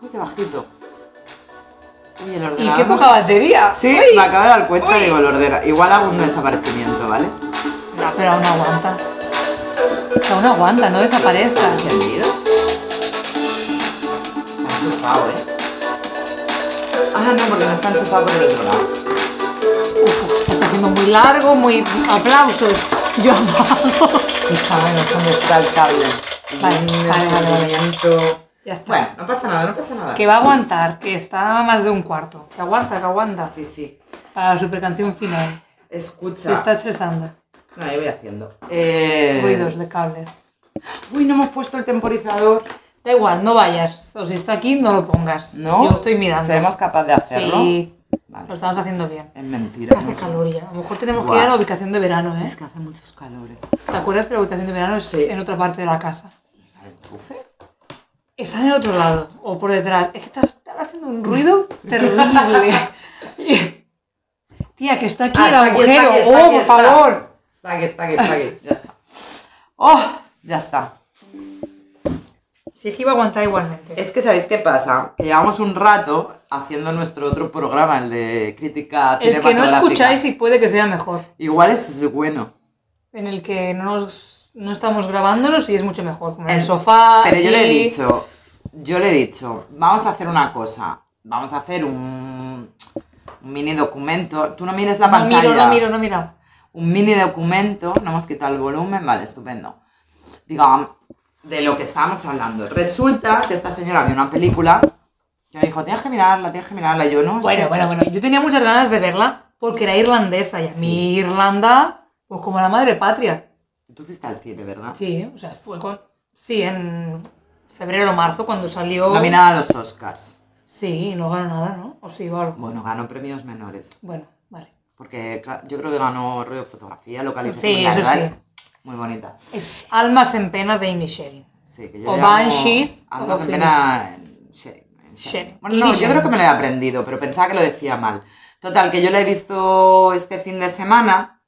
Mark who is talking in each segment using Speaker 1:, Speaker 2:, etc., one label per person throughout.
Speaker 1: Uy, qué bajito. Uy, el
Speaker 2: Y
Speaker 1: ordenador.
Speaker 2: qué
Speaker 1: no
Speaker 2: poca
Speaker 1: sé-
Speaker 2: batería.
Speaker 1: Sí,
Speaker 2: Uy.
Speaker 1: me acabo de dar cuenta,
Speaker 2: Uy.
Speaker 1: digo, el ordenador. Igual hago un desaparecimiento, ¿vale?
Speaker 2: No, pero aún aguanta. Aún aguanta, no desaparezca.
Speaker 1: ¿Encendido? Está enchufado, ¿eh? Ah, no, porque no está enchufado por el otro lado.
Speaker 2: Uf, está siendo muy largo, muy aplausos. Yo aplaudo.
Speaker 1: Hija, no sé dónde está el cable.
Speaker 2: Vale,
Speaker 1: Mm,
Speaker 2: vale, vale, vale.
Speaker 1: llanto.
Speaker 2: Ya está.
Speaker 1: Bueno, no pasa nada, no pasa nada.
Speaker 2: Que va a aguantar, que está a más de un cuarto. Que aguanta, que aguanta.
Speaker 1: Sí, sí.
Speaker 2: Para la super canción final. Se
Speaker 1: Escucha.
Speaker 2: está estresando.
Speaker 1: No, yo voy haciendo. Eh...
Speaker 2: Ruidos de cables.
Speaker 1: Uy, no hemos puesto el temporizador.
Speaker 2: Da igual, no vayas. O si está aquí, no lo pongas.
Speaker 1: ¿No?
Speaker 2: Yo estoy mirando.
Speaker 1: ¿Seremos capaces de hacerlo?
Speaker 2: Sí, lo
Speaker 1: Vale.
Speaker 2: estamos haciendo bien.
Speaker 1: Es mentira.
Speaker 2: Hace
Speaker 1: ¿no?
Speaker 2: calor ya. A lo mejor tenemos
Speaker 1: Guau.
Speaker 2: que ir a la ubicación de verano, ¿eh?
Speaker 1: Es que hace muchos calores.
Speaker 2: ¿Te acuerdas que la ubicación de verano es
Speaker 1: Sí.
Speaker 2: en otra parte de la casa?
Speaker 1: ¿Está el enchufe?
Speaker 2: Está en el otro lado o por detrás. Es que estás, estás haciendo un ruido terrible. Y- Tía, que está aquí
Speaker 1: Ah,
Speaker 2: el
Speaker 1: está aquí,
Speaker 2: agujero.
Speaker 1: está aquí, está
Speaker 2: oh,
Speaker 1: aquí,
Speaker 2: por
Speaker 1: está.
Speaker 2: favor.
Speaker 1: Está aquí, está aquí, está aquí. Ya está. ¡Oh! Ya está.
Speaker 2: Si es que iba a aguantar igualmente.
Speaker 1: Es que sabéis qué pasa, que llevamos un rato haciendo nuestro otro programa, el de crítica
Speaker 2: el que no
Speaker 1: cinematográfica.
Speaker 2: escucháis y puede que sea mejor.
Speaker 1: Igual ese es bueno.
Speaker 2: En el que no, nos- no estamos grabándonos y es mucho mejor. Como en el
Speaker 1: El-
Speaker 2: sofá.
Speaker 1: Pero yo le he
Speaker 2: aquí.
Speaker 1: dicho, yo le he dicho, vamos a hacer una cosa, vamos a hacer un, un mini documento. Tú no mires la
Speaker 2: No
Speaker 1: pantalla.
Speaker 2: miro, no miro, no miro.
Speaker 1: un mini documento, no hemos quitado el volumen, vale, estupendo. Digamos, de lo que estábamos hablando. Resulta que esta señora vio una película que me dijo, tienes que mirarla, tienes que mirarla. Y yo no. es
Speaker 2: Bueno,
Speaker 1: que-
Speaker 2: bueno, bueno. Yo tenía muchas ganas de verla porque era irlandesa y a mí Irlanda, pues como la madre patria.
Speaker 1: Tú fuiste al cine, ¿verdad?
Speaker 2: Sí, o sea, fue con... Sí, en febrero o marzo cuando salió...
Speaker 1: Nominada a los Oscars.
Speaker 2: Sí, y no ganó nada, ¿no? O sí, o algo.
Speaker 1: Bueno, ganó premios menores.
Speaker 2: Bueno, vale.
Speaker 1: Porque cla- yo creo que ganó rollo fotografía, localización.
Speaker 2: Sí,
Speaker 1: la
Speaker 2: eso
Speaker 1: verdad
Speaker 2: sí.
Speaker 1: es muy bonita.
Speaker 2: Es Almas en Pena de Inisherin.
Speaker 1: Sí, que yo "Oh,
Speaker 2: O
Speaker 1: le llamo
Speaker 2: Banshees,
Speaker 1: Almas
Speaker 2: o
Speaker 1: en pena en Shering, en Shering.
Speaker 2: Shering.
Speaker 1: Bueno, no, yo
Speaker 2: Inisherin.
Speaker 1: creo que me lo he aprendido, pero pensaba que lo decía mal. Total, que yo la he visto este fin de semana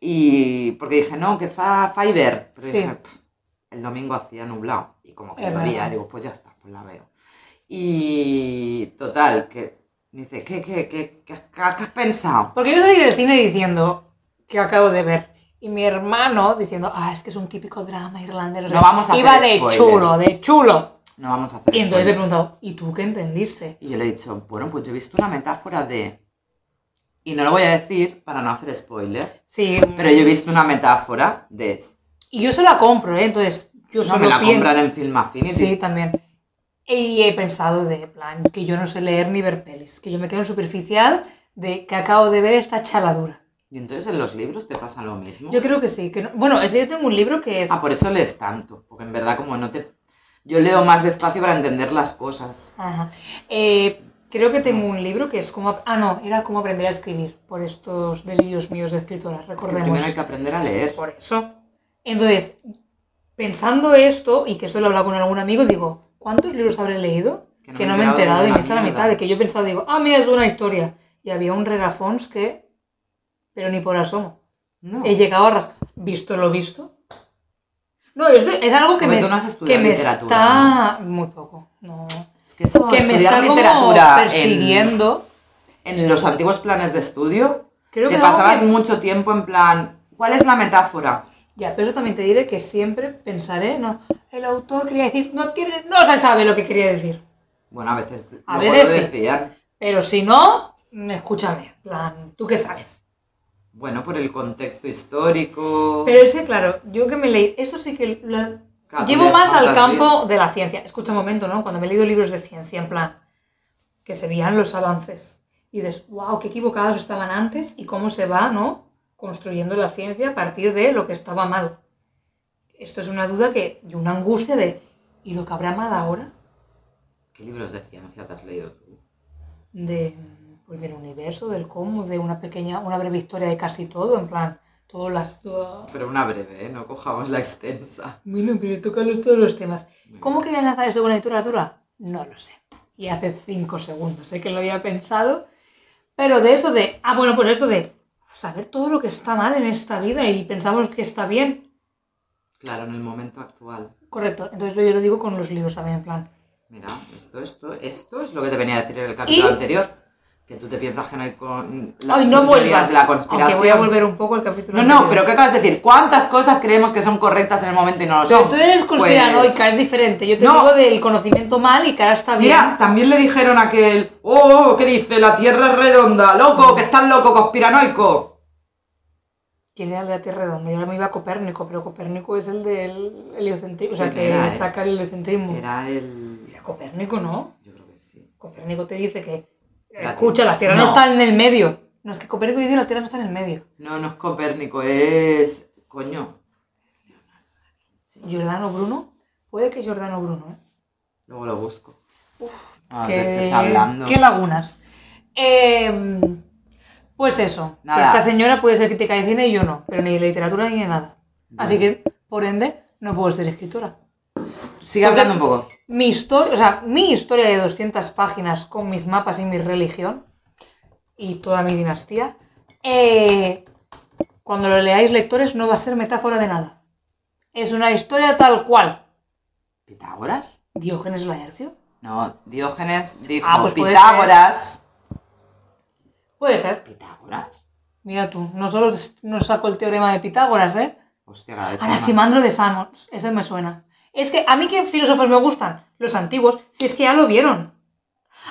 Speaker 1: y porque dije, no, que fa Fiverr. Pero
Speaker 2: Sí.
Speaker 1: dije, "Pff, el domingo hacía nublado y como que
Speaker 2: Es
Speaker 1: llovía,
Speaker 2: verdad.
Speaker 1: digo, pues ya está, pues la veo. Y total, que me dice, ¿qué, qué, qué, qué, qué has pensado?
Speaker 2: Porque yo salí del cine diciendo que acabo de ver. Y mi hermano diciendo, ah, es que es un típico drama irlandés. o sea,
Speaker 1: No vamos a
Speaker 2: Iba
Speaker 1: hacer
Speaker 2: de
Speaker 1: spoiler.
Speaker 2: chulo, de chulo.
Speaker 1: No vamos a hacer
Speaker 2: Y entonces le he
Speaker 1: spoiler".
Speaker 2: preguntado, ¿y tú qué entendiste?
Speaker 1: Y yo le he dicho, bueno, pues yo he visto una metáfora de... Y no lo voy a decir para no hacer spoiler,
Speaker 2: Sí,
Speaker 1: pero yo he visto una metáfora de...
Speaker 2: y yo se la compro, ¿eh? Entonces, yo
Speaker 1: No
Speaker 2: solo
Speaker 1: me la
Speaker 2: pienso-
Speaker 1: compran en Film Affinity.
Speaker 2: Sí, también. Y he pensado de plan que yo no sé leer ni ver pelis, que yo me quedo en superficial de que acabo de ver esta chaladura.
Speaker 1: Y entonces en los libros te pasa lo mismo.
Speaker 2: Yo creo que sí, que no- bueno, es que yo tengo un libro que es
Speaker 1: Ah, por eso lees tanto, porque en verdad como no te... Yo leo más despacio para entender las cosas.
Speaker 2: Ajá. Eh, creo que tengo un libro que es como ap- ah no, era como aprender a escribir por estos delirios míos de escritora,
Speaker 1: Es que
Speaker 2: recordemos.
Speaker 1: primero hay que aprender a leer.
Speaker 2: Por eso. Entonces, pensando esto y que esto lo he hablado con algún amigo, digo, ¿cuántos libros habré leído? Que no, me he enterado
Speaker 1: de
Speaker 2: y
Speaker 1: una
Speaker 2: me está la
Speaker 1: mierda.
Speaker 2: mitad de que yo he pensado, digo, ah, mira, es una historia. Y había un Rerafons que, pero ni por asomo.
Speaker 1: No.
Speaker 2: He llegado a ras... ¿Visto lo visto? No, es, de- es algo que
Speaker 1: Porque
Speaker 2: me,
Speaker 1: tú no has
Speaker 2: que
Speaker 1: estudiado
Speaker 2: me
Speaker 1: literatura,
Speaker 2: está... Muy poco, no
Speaker 1: Es que eso,
Speaker 2: que me
Speaker 1: estudiar
Speaker 2: está como
Speaker 1: literatura en-
Speaker 2: persiguiendo.
Speaker 1: en los antiguos planes de estudio
Speaker 2: Creo
Speaker 1: te
Speaker 2: que
Speaker 1: pasabas
Speaker 2: algo que-
Speaker 1: mucho tiempo en plan, ¿cuál es la metáfora?
Speaker 2: Ya, pero eso también te diré que siempre pensaré, no, el autor quería decir, no tiene, no se sabe lo que quería decir.
Speaker 1: Bueno, a veces
Speaker 2: A
Speaker 1: luego
Speaker 2: ver
Speaker 1: lo
Speaker 2: ese.
Speaker 1: decían.
Speaker 2: Pero si no, mm, escúchame, en plan, ¿tú qué sabes?
Speaker 1: Bueno, por el contexto histórico.
Speaker 2: Pero es que, claro, yo que me leí, eso sí que lo-
Speaker 1: Claro, tú
Speaker 2: llevo
Speaker 1: lees
Speaker 2: más al
Speaker 1: fantasía.
Speaker 2: campo de la ciencia. Escucha un momento, ¿no? Cuando me he leído libros de ciencia, en plan, que se veían los avances. Y dices, wow, qué equivocados estaban antes y cómo se va, ¿no? Construyendo la ciencia a partir de lo que estaba mal. Esto es una duda que, y una angustia de, ¿y lo que habrá mal ahora?
Speaker 1: ¿Qué libros de ciencia te has leído tú?
Speaker 2: de, pues, del universo, del cosmos, de una pequeña, una breve historia de casi todo, en plan, todas las... toda-
Speaker 1: Pero una breve, ¿eh? no cojamos la extensa.
Speaker 2: Bueno, pero toca los- todos los temas. ¿Cómo quería enlazar esto con la literatura? No lo sé. Y hace cinco segundos, sé que lo había pensado, pero de eso de, ah, bueno, pues esto de saber todo lo que está mal en esta vida y pensamos que está bien.
Speaker 1: Claro, en el momento actual.
Speaker 2: Correcto, entonces yo lo digo con los libros también, en plan,
Speaker 1: Mira, esto, esto, esto es lo que te venía a decir en el capítulo
Speaker 2: Y-
Speaker 1: anterior. Que tú te piensas que no hay con las
Speaker 2: Ay, no
Speaker 1: teorías
Speaker 2: vuelvas.
Speaker 1: de la conspiración.
Speaker 2: Aunque voy a volver un poco al capítulo
Speaker 1: No, no, pero
Speaker 2: anterior.
Speaker 1: ¿qué acabas de decir? ¿Cuántas cosas creemos que son correctas en el momento y no lo son?
Speaker 2: Pero tú eres
Speaker 1: Pues-
Speaker 2: conspiranoica, es diferente. Yo te
Speaker 1: No.
Speaker 2: digo del conocimiento mal y que ahora está bien.
Speaker 1: Mira, también le dijeron a aquel, oh, ¿qué dice? La tierra es redonda, loco, que estás loco, conspiranoico.
Speaker 2: ¿Quién era el de la Tierra Redonda? Yo ahora me iba a Copérnico, pero Copérnico es el del heliocentrismo. O sea, que
Speaker 1: Era, eh.
Speaker 2: saca el heliocentrismo. Era.
Speaker 1: Era el.
Speaker 2: Copérnico, ¿no?
Speaker 1: Yo creo que sí.
Speaker 2: Copérnico te dice que.
Speaker 1: La
Speaker 2: escucha,
Speaker 1: Tierra.
Speaker 2: la Tierra no.
Speaker 1: No.
Speaker 2: está en el medio. No, es que Copérnico dice que la Tierra no está en el medio.
Speaker 1: No, no es Copérnico, es. Coño.
Speaker 2: Giordano Bruno. Puede que Giordano Bruno, ¿eh?
Speaker 1: Luego lo busco. Ah,
Speaker 2: que-
Speaker 1: te estés hablando.
Speaker 2: ¿Qué lagunas? Eh, pues eso. que
Speaker 1: Nada.
Speaker 2: Esta señora puede ser crítica de cine y yo no, pero ni de literatura ni de nada. Así que, por ende, no puedo ser escritora.
Speaker 1: Sigue hablando un poco.
Speaker 2: Mi historia, o sea, mi historia de 200 páginas con mis mapas y mi religión y toda mi dinastía, eh, cuando lo leáis lectores no va a ser metáfora de nada. Es una historia tal cual.
Speaker 1: ¿Pitágoras?
Speaker 2: Diógenes Laercio.
Speaker 1: No, Diógenes dijo
Speaker 2: Ah, pues puede
Speaker 1: Pitágoras.
Speaker 2: Puede ser.
Speaker 1: ¿Pitágoras?
Speaker 2: Mira tú, no solo no saco el teorema de Pitágoras, ¿eh?
Speaker 1: Hostia, cada vez se llama más.
Speaker 2: Anaximandro de Samos, ese me suena. Es que a mí qué filósofos me gustan, los antiguos, si es que ya lo vieron.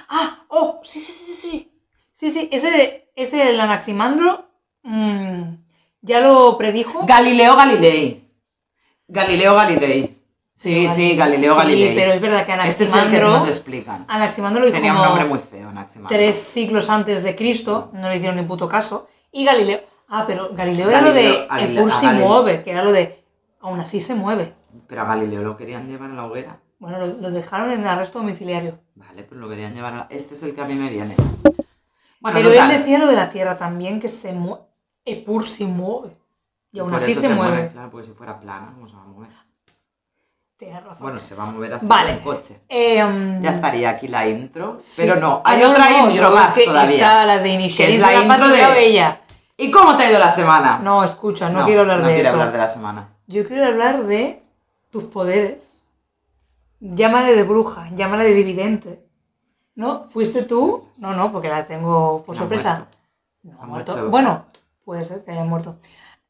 Speaker 2: Ah, oh, sí, sí, sí, sí. Sí, sí, ese, de- ese el Anaximandro mm, ya lo predijo.
Speaker 1: Galileo Galilei. Galileo Galilei. Sí, sí, Galileo
Speaker 2: Sí,
Speaker 1: Galilei.
Speaker 2: pero es verdad que
Speaker 1: Este es el que no
Speaker 2: Anaximandro,
Speaker 1: nos explican.
Speaker 2: Anaximandro lo dijo
Speaker 1: Tenía un
Speaker 2: como
Speaker 1: nombre muy feo, Anaximandro.
Speaker 2: tres siglos antes de Cristo, no le hicieron ni puto caso, y Galileo... Ah, pero Galileo, era lo de
Speaker 1: Galileo, a
Speaker 2: el
Speaker 1: Galileo- a
Speaker 2: cursi
Speaker 1: Galileo.
Speaker 2: mueve, que era lo de aún así se mueve.
Speaker 1: Pero a Galileo lo querían llevar a la hoguera.
Speaker 2: Bueno, lo, lo dejaron en arresto domiciliario.
Speaker 1: Vale, pero lo querían llevar a la... Este es el que a mí me viene. Bueno,
Speaker 2: Pero
Speaker 1: Ah, total.
Speaker 2: él decía lo de la Tierra también, que se mueve. Epur se mueve. Y aún
Speaker 1: Por
Speaker 2: así
Speaker 1: eso
Speaker 2: se, mueve.
Speaker 1: Claro, porque si fuera plana, ¿cómo se va a mover?
Speaker 2: Tienes razón.
Speaker 1: Bueno, se va a mover así
Speaker 2: Vale.
Speaker 1: en coche.
Speaker 2: Em,
Speaker 1: Ya estaría aquí la intro.
Speaker 2: sí.
Speaker 1: Pero no,
Speaker 2: Ah,
Speaker 1: hay
Speaker 2: no,
Speaker 1: otra
Speaker 2: no, yo
Speaker 1: intro
Speaker 2: creo
Speaker 1: más
Speaker 2: que
Speaker 1: todavía.
Speaker 2: Está la de Initial.
Speaker 1: Que es
Speaker 2: y
Speaker 1: la
Speaker 2: se
Speaker 1: intro
Speaker 2: parte
Speaker 1: de-
Speaker 2: de ella.
Speaker 1: ¿Y cómo te ha ido la semana?
Speaker 2: No, escucha, no, quiero hablar
Speaker 1: no
Speaker 2: de
Speaker 1: quiere
Speaker 2: eso.
Speaker 1: hablar de la semana.
Speaker 2: Yo quiero hablar de tus poderes. Llámale de bruja, llámale de dividente. ¿No? ¿Fuiste tú? No, no, porque la tengo por
Speaker 1: No,
Speaker 2: sorpresa.
Speaker 1: muerto.
Speaker 2: No,
Speaker 1: Ha
Speaker 2: ha muerto.
Speaker 1: muerto.
Speaker 2: Bueno, puede ser que haya muerto.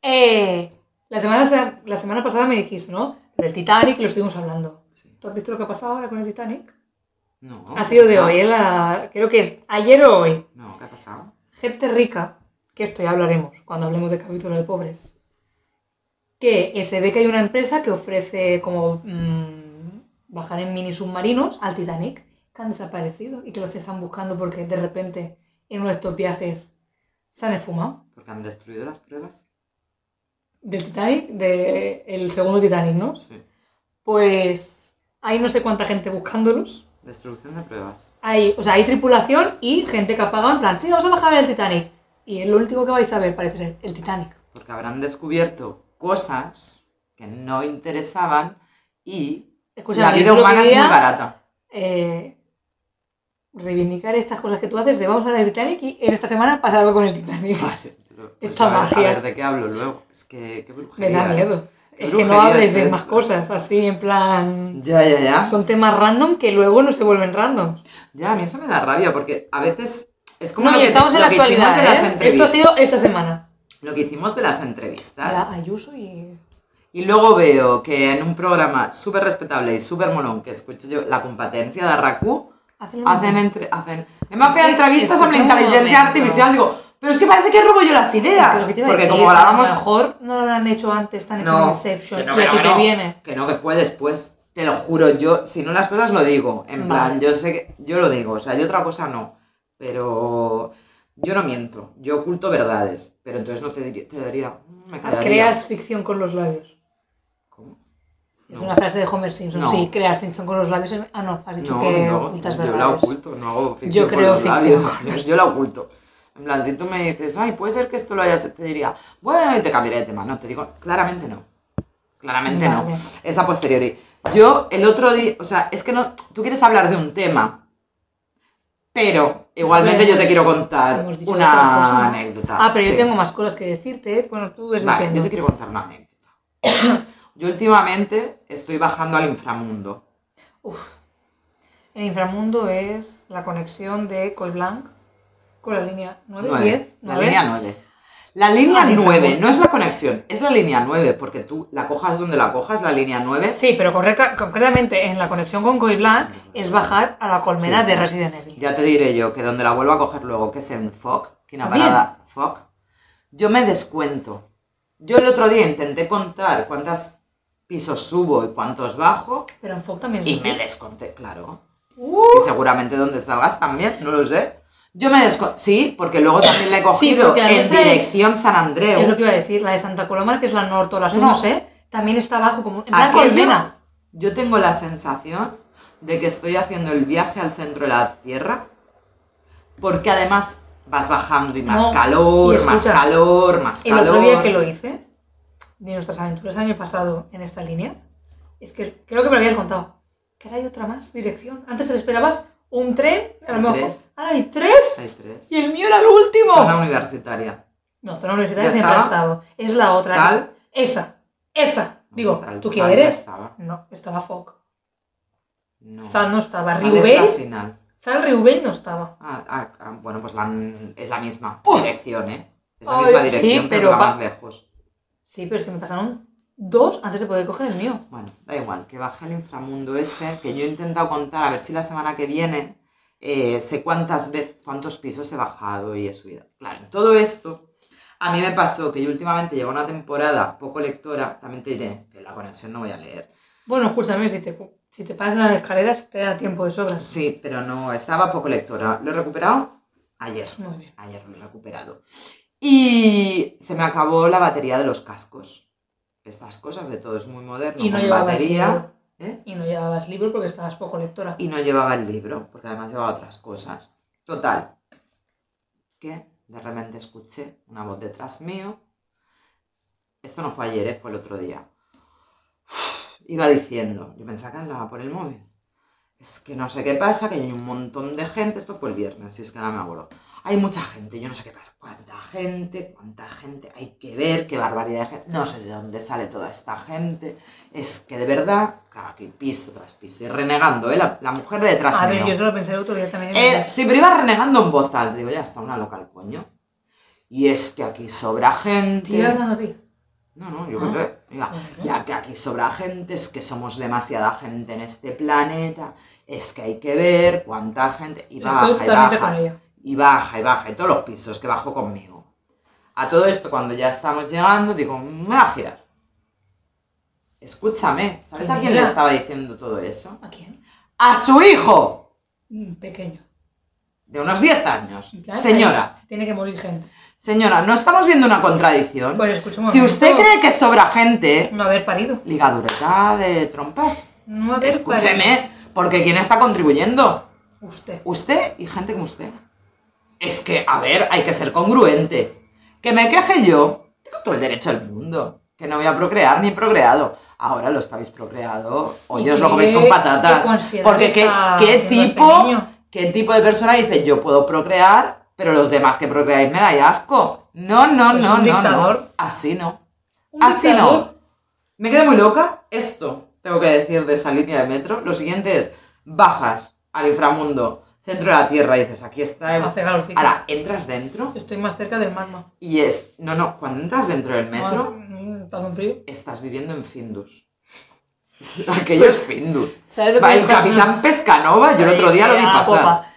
Speaker 2: Eh, la, semana, se- la semana pasada me dijiste, ¿no? Del Titanic, lo estuvimos hablando.
Speaker 1: Sí.
Speaker 2: ¿Tú has visto lo que ha pasado ahora con el Titanic?
Speaker 1: No.
Speaker 2: ha sido de
Speaker 1: ¿qué ha
Speaker 2: hoy,
Speaker 1: pasado?
Speaker 2: ¿eh? La- creo que es ayer o hoy.
Speaker 1: No, ¿qué ha pasado?
Speaker 2: Gente rica, que esto ya hablaremos cuando hablemos del capítulo de pobres, que eh, se ve que hay una empresa que ofrece como mm, bajar en mini submarinos al Titanic, que han desaparecido y que los están buscando porque de repente en uno de estos viajes se han esfumado.
Speaker 1: Porque han destruido las pruebas.
Speaker 2: Del Titanic, de el segundo Titanic, ¿no?
Speaker 1: Sí.
Speaker 2: Pues hay no sé cuánta gente buscándolos.
Speaker 1: Destrucción de pruebas.
Speaker 2: Hay, o sea, hay tripulación y gente que ha pagado en plan, sí, vamos a bajar el Titanic. Y es lo último que vais a ver, parece ser, el Titanic.
Speaker 1: Porque habrán descubierto cosas que no interesaban y
Speaker 2: Escúchame,
Speaker 1: la
Speaker 2: yo
Speaker 1: vida
Speaker 2: solo
Speaker 1: humana es
Speaker 2: quería,
Speaker 1: muy barata.
Speaker 2: eh, reivindicar estas cosas que tú haces de vamos a ver el Titanic y en esta semana pasa algo con el Titanic.
Speaker 1: Vale, pero, pues,
Speaker 2: Esta
Speaker 1: a ver-
Speaker 2: magia.
Speaker 1: A ver, ¿de qué hablo luego? Es que, qué
Speaker 2: Me
Speaker 1: brujería.
Speaker 2: da miedo.
Speaker 1: Qué
Speaker 2: Es que no
Speaker 1: brujería
Speaker 2: hables
Speaker 1: es
Speaker 2: de
Speaker 1: esta.
Speaker 2: más cosas, así en plan...
Speaker 1: Ya, ya, ya.
Speaker 2: Son temas random que luego no se vuelven random.
Speaker 1: Ya, a mí eso me da rabia porque a veces es como
Speaker 2: No,
Speaker 1: lo
Speaker 2: y
Speaker 1: que,
Speaker 2: estamos en
Speaker 1: lo
Speaker 2: la
Speaker 1: que hicimos
Speaker 2: actualidad.
Speaker 1: de las
Speaker 2: ¿eh? Esto ha
Speaker 1: entrevistas.
Speaker 2: sido esta semana.
Speaker 1: Lo que hicimos de las entrevistas.
Speaker 2: Era Ayuso y.
Speaker 1: Y luego veo que en un programa súper respetable y súper molón que escucho yo, la competencia de Raku,
Speaker 2: Hacen lo
Speaker 1: hacen,
Speaker 2: mismo.
Speaker 1: entre, hacen Emma
Speaker 2: Es
Speaker 1: Fea
Speaker 2: que-
Speaker 1: entrevistas a la
Speaker 2: escucha Mm. un
Speaker 1: inteligencia
Speaker 2: momento.
Speaker 1: artificial. Digo, pero es que parece que robo yo las
Speaker 2: Pero lo
Speaker 1: ideas.
Speaker 2: que te iba a
Speaker 1: Porque
Speaker 2: decir,
Speaker 1: como
Speaker 2: A lo
Speaker 1: grabamos...
Speaker 2: mejor no lo han hecho antes, tan hecho en Inception.
Speaker 1: que no,
Speaker 2: y
Speaker 1: que
Speaker 2: a
Speaker 1: no,
Speaker 2: ti
Speaker 1: que
Speaker 2: te
Speaker 1: no,
Speaker 2: viene.
Speaker 1: Que no, que fue después. Te lo juro, yo, si no las cosas lo digo. En
Speaker 2: Vale.
Speaker 1: plan, yo sé que. Yo lo digo, o sea, yo otra cosa no. Pero. Yo no miento, yo oculto verdades. Pero entonces no te, diría, te daría. mm, Me quedaría.
Speaker 2: Creas ficción con los labios.
Speaker 1: ¿Cómo?
Speaker 2: Es
Speaker 1: No.
Speaker 2: una frase de Homer Simpson.
Speaker 1: No.
Speaker 2: Sí, creas ficción con los labios. es- Ah, no, has dicho
Speaker 1: No,
Speaker 2: que
Speaker 1: no,
Speaker 2: ocultas
Speaker 1: yo la
Speaker 2: verdades.
Speaker 1: oculto, no hago ficción
Speaker 2: Yo
Speaker 1: con
Speaker 2: creo
Speaker 1: los
Speaker 2: ficción.
Speaker 1: labios, yo la oculto. En plan, si tú me dices, ay, puede ser que esto lo hayas, te diría, bueno, y te cambiaré de tema. No, te digo, claramente no. Claramente
Speaker 2: Vale.
Speaker 1: no. Es a posteriori. Yo el otro día, o sea, es que no, tú quieres hablar de un tema, pero igualmente
Speaker 2: Pero
Speaker 1: yo te
Speaker 2: hemos-
Speaker 1: quiero contar
Speaker 2: pues, hemos dicho otra cosa, ¿no?
Speaker 1: una anécdota.
Speaker 2: Ah, pero
Speaker 1: Sí.
Speaker 2: yo tengo más cosas que decirte. ¿eh? Bueno, tú ves
Speaker 1: Vale, yo
Speaker 2: diciendo.
Speaker 1: te quiero contar una anécdota. Yo últimamente estoy bajando al inframundo.
Speaker 2: Uf. El inframundo es la conexión de Colblanc con la línea 9,
Speaker 1: Nueve.
Speaker 2: 10,
Speaker 1: La
Speaker 2: 9.
Speaker 1: línea 9. La línea
Speaker 2: Ah,
Speaker 1: 9
Speaker 2: inframundo.
Speaker 1: no es la conexión, es la línea 9, porque tú la cojas donde la cojas, la línea 9.
Speaker 2: Sí, pero correcta, concretamente en la conexión con Coiblanc es bajar a la colmena
Speaker 1: Sí.
Speaker 2: de Resident Evil.
Speaker 1: Ya te diré yo que donde la vuelvo a coger luego, que es en FOC, que una
Speaker 2: También.
Speaker 1: parada FOC, yo me descuento. Yo el otro día intenté contar cuántos pisos subo y cuántos bajo
Speaker 2: Pero en Fog también
Speaker 1: y
Speaker 2: es
Speaker 1: me
Speaker 2: así.
Speaker 1: desconté, claro.
Speaker 2: Uh,
Speaker 1: Y seguramente donde salgas también, no lo sé. Yo me desconté, sí, porque luego también la he cogido
Speaker 2: porque la
Speaker 1: en
Speaker 2: nuestra es-
Speaker 1: dirección San Andreu.
Speaker 2: es lo que iba a decir, la de Santa Coloma, que es la norte o la sur,
Speaker 1: No.
Speaker 2: no sé, también está abajo como en plan
Speaker 1: Aquello,
Speaker 2: colmena.
Speaker 1: Yo tengo la sensación de que estoy haciendo el viaje al centro de la Tierra, porque además vas bajando y más
Speaker 2: No,
Speaker 1: calor,
Speaker 2: y escucha,
Speaker 1: más calor, más
Speaker 2: El
Speaker 1: calor.
Speaker 2: otro día que lo hice, de nuestras aventuras el año pasado en esta línea, es que creo que me lo habías contado, que ahora hay otra más, dirección. Antes te esperabas un tren, a lo
Speaker 1: Hay
Speaker 2: mejor.
Speaker 1: tres.
Speaker 2: Ahora hay tres,
Speaker 1: Hay tres.
Speaker 2: y el mío era el último.
Speaker 1: Zona universitaria.
Speaker 2: No, zona universitaria
Speaker 1: ¿Ya
Speaker 2: siempre ha
Speaker 1: estaba?
Speaker 2: estado. Es la otra.
Speaker 1: Sal.
Speaker 2: Esa, esa. Digo,
Speaker 1: Sal,
Speaker 2: ¿tú
Speaker 1: Sal
Speaker 2: qué
Speaker 1: ya
Speaker 2: eres?
Speaker 1: estaba.
Speaker 2: No, estaba Fogg.
Speaker 1: No.
Speaker 2: Zal no estaba.
Speaker 1: Sal es la
Speaker 2: Riubey,
Speaker 1: final.
Speaker 2: Zal Riubey no estaba.
Speaker 1: Ah, ah, ah, bueno, pues la, es la misma
Speaker 2: Oh.
Speaker 1: dirección, ¿eh? Es la
Speaker 2: Ay,
Speaker 1: misma
Speaker 2: sí,
Speaker 1: dirección, pero,
Speaker 2: pero
Speaker 1: va
Speaker 2: va-
Speaker 1: más lejos.
Speaker 2: Sí, pero es que me pasaron dos antes de poder coger el mío.
Speaker 1: Bueno, da igual, que baje el inframundo ese, que yo he intentado contar, a ver si la semana que viene eh, sé cuántas veces, cuántos pisos he bajado y he subido. Claro, todo esto a mí me pasó que yo últimamente llevo una temporada poco lectora, también te diré que la conexión no voy a leer.
Speaker 2: Bueno, escúchame, si te, si te pasas las escaleras te da tiempo de sobras.
Speaker 1: Sí, pero no, estaba poco lectora. Lo he recuperado ayer.
Speaker 2: Muy bien.
Speaker 1: Ayer lo he recuperado. Y se me acabó la batería de los cascos. Estas cosas de todo es muy moderno.
Speaker 2: Y no
Speaker 1: con
Speaker 2: llevabas
Speaker 1: batería.
Speaker 2: libro.
Speaker 1: ¿eh?
Speaker 2: Y no llevabas libro porque estabas poco lectora.
Speaker 1: y no llevaba el libro, porque además llevaba otras cosas. Total, que de repente escuché una voz detrás mío. Esto no fue ayer, ¿eh? fue el otro día. Iba diciendo, yo pensaba que andaba por el móvil. Es que no sé qué pasa, que hay un montón de gente. Esto fue el viernes, si es que ahora me acuerdo. Hay mucha gente, yo no sé qué pasa. ¿Cuánta gente? ¿Cuánta gente? Hay que ver qué barbaridad de gente. No sé de dónde sale toda esta gente. Es que de verdad, claro, aquí piso tras piso. Y renegando, ¿eh? La, la mujer de detrás
Speaker 2: A
Speaker 1: mío.
Speaker 2: ver, yo eso lo pensé el otro día también. en
Speaker 1: Eh,
Speaker 2: mi-
Speaker 1: sí, pero iba renegando en voz alta. Digo, ya está una loca al coño. Y es que aquí sobra gente.
Speaker 2: Te iba hablando a ti.
Speaker 1: No, no, yo
Speaker 2: Ah.
Speaker 1: qué sé. Diga,
Speaker 2: Ujú.
Speaker 1: ya que aquí sobra gente, es que somos demasiada gente en este planeta. Es que hay que ver cuánta gente. Y baja,
Speaker 2: Estoy
Speaker 1: y
Speaker 2: totalmente
Speaker 1: baja,
Speaker 2: con ella.
Speaker 1: y baja, y baja, y todos los pisos que bajó conmigo. A todo esto, cuando ya estamos llegando, digo, "Mm, me voy a girar. Escúchame, ¿sabes a quién le
Speaker 2: Mira.
Speaker 1: estaba diciendo todo eso?
Speaker 2: ¿A quién?
Speaker 1: ¡A su hijo!
Speaker 2: Mm, Pequeño.
Speaker 1: De unos 10 años.
Speaker 2: En plan,
Speaker 1: Señora,
Speaker 2: ahí Tiene que morir gente.
Speaker 1: señora, no estamos viendo una contradicción.
Speaker 2: Bueno, escucha un
Speaker 1: Si
Speaker 2: momento.
Speaker 1: usted cree que sobra gente,
Speaker 2: No haber parido.
Speaker 1: ligadureta de trompas.
Speaker 2: No haber parido.
Speaker 1: Escúcheme, porque ¿quién está contribuyendo?
Speaker 2: Usted.
Speaker 1: Usted y gente como usted. Es que, a ver, hay que ser congruente. Que me queje yo, tengo todo el derecho del mundo. Que no voy a procrear ni he procreado. Ahora los que habéis procreado, hoy
Speaker 2: ¿Y
Speaker 1: os lo
Speaker 2: qué-
Speaker 1: coméis con
Speaker 2: qué
Speaker 1: patatas.
Speaker 2: ansiedad
Speaker 1: Porque qué,
Speaker 2: está
Speaker 1: qué
Speaker 2: haciendo este
Speaker 1: tipo,
Speaker 2: niño?
Speaker 1: qué tipo de persona dice yo puedo procrear, pero los demás que procreáis me dais asco. No, no,
Speaker 2: Es
Speaker 1: no, no,
Speaker 2: un
Speaker 1: no.
Speaker 2: dictador.
Speaker 1: Así no.
Speaker 2: Un
Speaker 1: Así
Speaker 2: dictador.
Speaker 1: Ah, no. Me quedé muy loca. Esto tengo que decir de esa línea de metro. Lo siguiente es, bajas al inframundo, centro de la Tierra, y dices, aquí está el...
Speaker 2: Hace calorcito.
Speaker 1: Ahora, entras dentro
Speaker 2: Estoy más cerca del magma.
Speaker 1: y es... No, no, cuando entras dentro del metro,
Speaker 2: ¿Estás un frío?
Speaker 1: estás viviendo en Findus. Aquello es Findus.
Speaker 2: ¿Sabes Pues, lo
Speaker 1: Va,
Speaker 2: que
Speaker 1: el
Speaker 2: me pasa?
Speaker 1: capitán Pescanova, yo el otro día lo vi
Speaker 2: Ah,
Speaker 1: pasar.
Speaker 2: popa.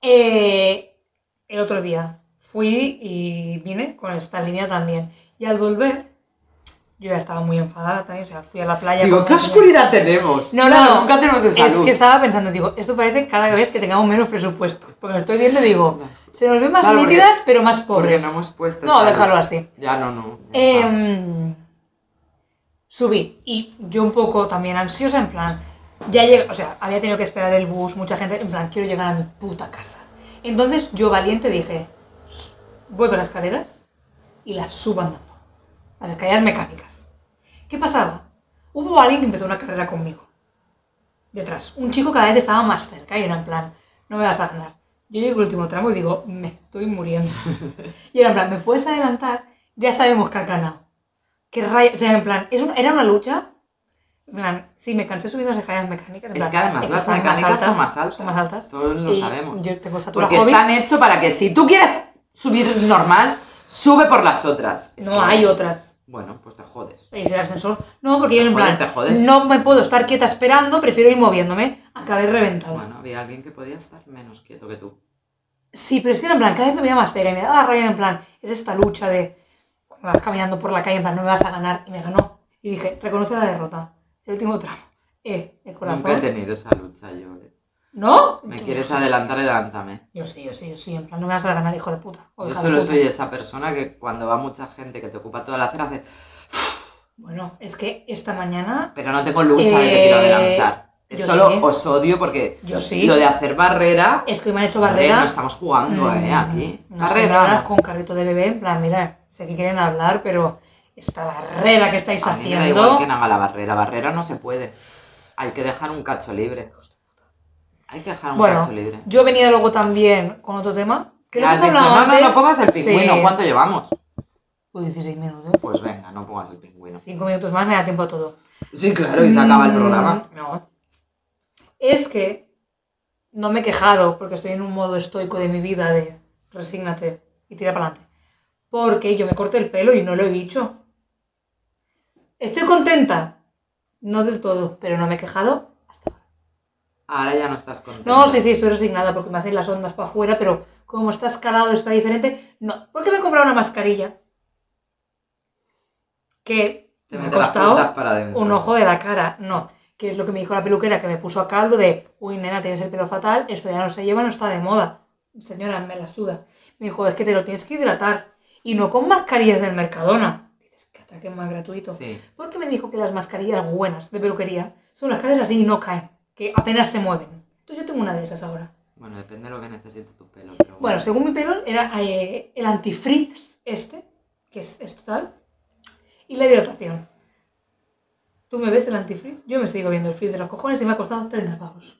Speaker 2: Eh, el otro día fui y vine con esta línea también. Y al volver, yo ya estaba muy enfadada también. O sea, fui a la playa.
Speaker 1: Digo,
Speaker 2: con-
Speaker 1: ¿qué oscuridad tenemos?
Speaker 2: No,
Speaker 1: Claro,
Speaker 2: no.
Speaker 1: Nunca tenemos esa
Speaker 2: Es
Speaker 1: luz.
Speaker 2: que estaba pensando, digo, esto parece cada vez que tengamos menos presupuesto. Porque lo estoy viendo y digo, se nos ven más
Speaker 1: Claro, porque-
Speaker 2: nítidas, pero más
Speaker 1: Porque
Speaker 2: pobres.
Speaker 1: no hemos puesto
Speaker 2: No,
Speaker 1: esa luz.
Speaker 2: déjalo así.
Speaker 1: Ya, no, no. ya está.
Speaker 2: Em, subí y yo un poco también ansiosa, en plan, ya llegué, o sea, había tenido que esperar el bus, mucha gente, en plan, quiero llegar a mi puta casa. Entonces yo valiente dije, "S- voy con las escaleras y las subo andando. Las escaleras mecánicas. ¿Qué pasaba? Hubo alguien que empezó una carrera conmigo. Detrás. Un chico cada vez estaba más cerca y era en plan, no me vas a ganar. Yo llego al último tramo y digo, me estoy muriendo. Y era en plan, ¿me puedes adelantar? Ya sabemos que has ganado. Qué rayo- O sea, en plan, es un- era una lucha En plan, sí, me cansé subiendo las escaleras mecánicas. en
Speaker 1: Es
Speaker 2: plan,
Speaker 1: que además las
Speaker 2: son más
Speaker 1: mecánicas son más altas.
Speaker 2: Son más altas.
Speaker 1: Todos lo
Speaker 2: Y
Speaker 1: sabemos.
Speaker 2: Yo tengo estatura
Speaker 1: Porque
Speaker 2: joven.
Speaker 1: están hechos para que si tú quieres subir normal, sube por las otras. Es
Speaker 2: No
Speaker 1: que-
Speaker 2: hay otras.
Speaker 1: Bueno, pues te jodes.
Speaker 2: Y si el ascensor. No, porque yo en
Speaker 1: jodes,
Speaker 2: plan.
Speaker 1: te jodes.
Speaker 2: No me puedo estar quieta esperando, prefiero ir moviéndome. Acabé reventada.
Speaker 1: Bueno, había alguien que podía estar menos quieto que tú.
Speaker 2: Sí, pero es que era en plan, cada vez me veía más seria y me daba rabia en plan, es esta lucha de cuando vas caminando por la calle, en plan, no me vas a ganar, y me ganó. Y dije, reconoce la derrota. El último tramo. Eh, el corazón.
Speaker 1: Nunca he tenido esa lucha yo. eh.
Speaker 2: ¿No?
Speaker 1: Me
Speaker 2: Tú-
Speaker 1: quieres adelantar, adelántame.
Speaker 2: Yo sí, yo sí, yo sí, en plan, no me vas a ganar, hijo de puta. o
Speaker 1: Yo
Speaker 2: hija de
Speaker 1: solo
Speaker 2: puta.
Speaker 1: soy esa persona que cuando va mucha gente que te ocupa toda la acera hace,
Speaker 2: Bueno, es que esta mañana
Speaker 1: pero no tengo lucha de que te quiero
Speaker 2: Eh,
Speaker 1: adelantar. Es
Speaker 2: yo
Speaker 1: solo
Speaker 2: sí. ¿eh?
Speaker 1: os odio porque
Speaker 2: yo sí.
Speaker 1: lo de hacer barrera,
Speaker 2: Es que me han hecho
Speaker 1: hombre,
Speaker 2: barrera. Mm,
Speaker 1: no estamos jugando, eh, aquí.
Speaker 2: Las señoras
Speaker 1: barrera.
Speaker 2: con carrito de bebé, en plan, mira, sé que quieren hablar, pero esta barrera que estáis
Speaker 1: A mí me da
Speaker 2: haciendo.
Speaker 1: igual quien haga la barrera, barrera no se puede. Hay que dejar un cacho libre. Hay que dejar un
Speaker 2: Bueno,
Speaker 1: cacho libre.
Speaker 2: Yo venía luego también con otro tema. Creo
Speaker 1: Has
Speaker 2: que
Speaker 1: dicho,
Speaker 2: hemos hablado
Speaker 1: no, no, no
Speaker 2: antes".
Speaker 1: pongas el pingüino,
Speaker 2: Sí.
Speaker 1: ¿cuánto llevamos?
Speaker 2: Pues 16 minutos.
Speaker 1: Pues venga, no pongas el pingüino.
Speaker 2: 5 minutos más me da tiempo a todo.
Speaker 1: Sí, claro, y se acaba el
Speaker 2: Mm,
Speaker 1: programa.
Speaker 2: No. Es que no me he quejado porque estoy en un modo estoico de mi vida de resígnate y tira para adelante. Porque yo me corté el pelo y no lo he dicho. Estoy contenta. No del todo, pero no me he quejado
Speaker 1: Ahora ya no estás contento.
Speaker 2: No, sí, sí, estoy resignada porque me hacen las ondas para afuera, pero como está escalado, está diferente. No, porque me he comprado una mascarilla que
Speaker 1: Te
Speaker 2: me ha
Speaker 1: mete las puntas
Speaker 2: costado
Speaker 1: para adentro.
Speaker 2: un ojo de la cara. No, que es lo que me dijo la peluquera que me puso a caldo de, uy, nena, tienes el pelo fatal, esto ya no se lleva, no está de moda. Señora, me la suda. Me dijo, es que te lo tienes que hidratar. Y no con mascarillas del Mercadona. Dices, que ataque más gratuito.
Speaker 1: Sí.
Speaker 2: Porque me dijo que las mascarillas buenas de peluquería son las que haces así y no caen, que apenas se mueven. Entonces yo tengo una de esas ahora.
Speaker 1: Bueno, depende de lo que necesite tu pelo. Pero
Speaker 2: Bueno, según mi pelo era eh, el antifrizz este, que es, es total, y la hidratación. ¿Tú me ves el antifrizz? Yo me sigo viendo el frizz de los cojones y me ha costado 30 pavos.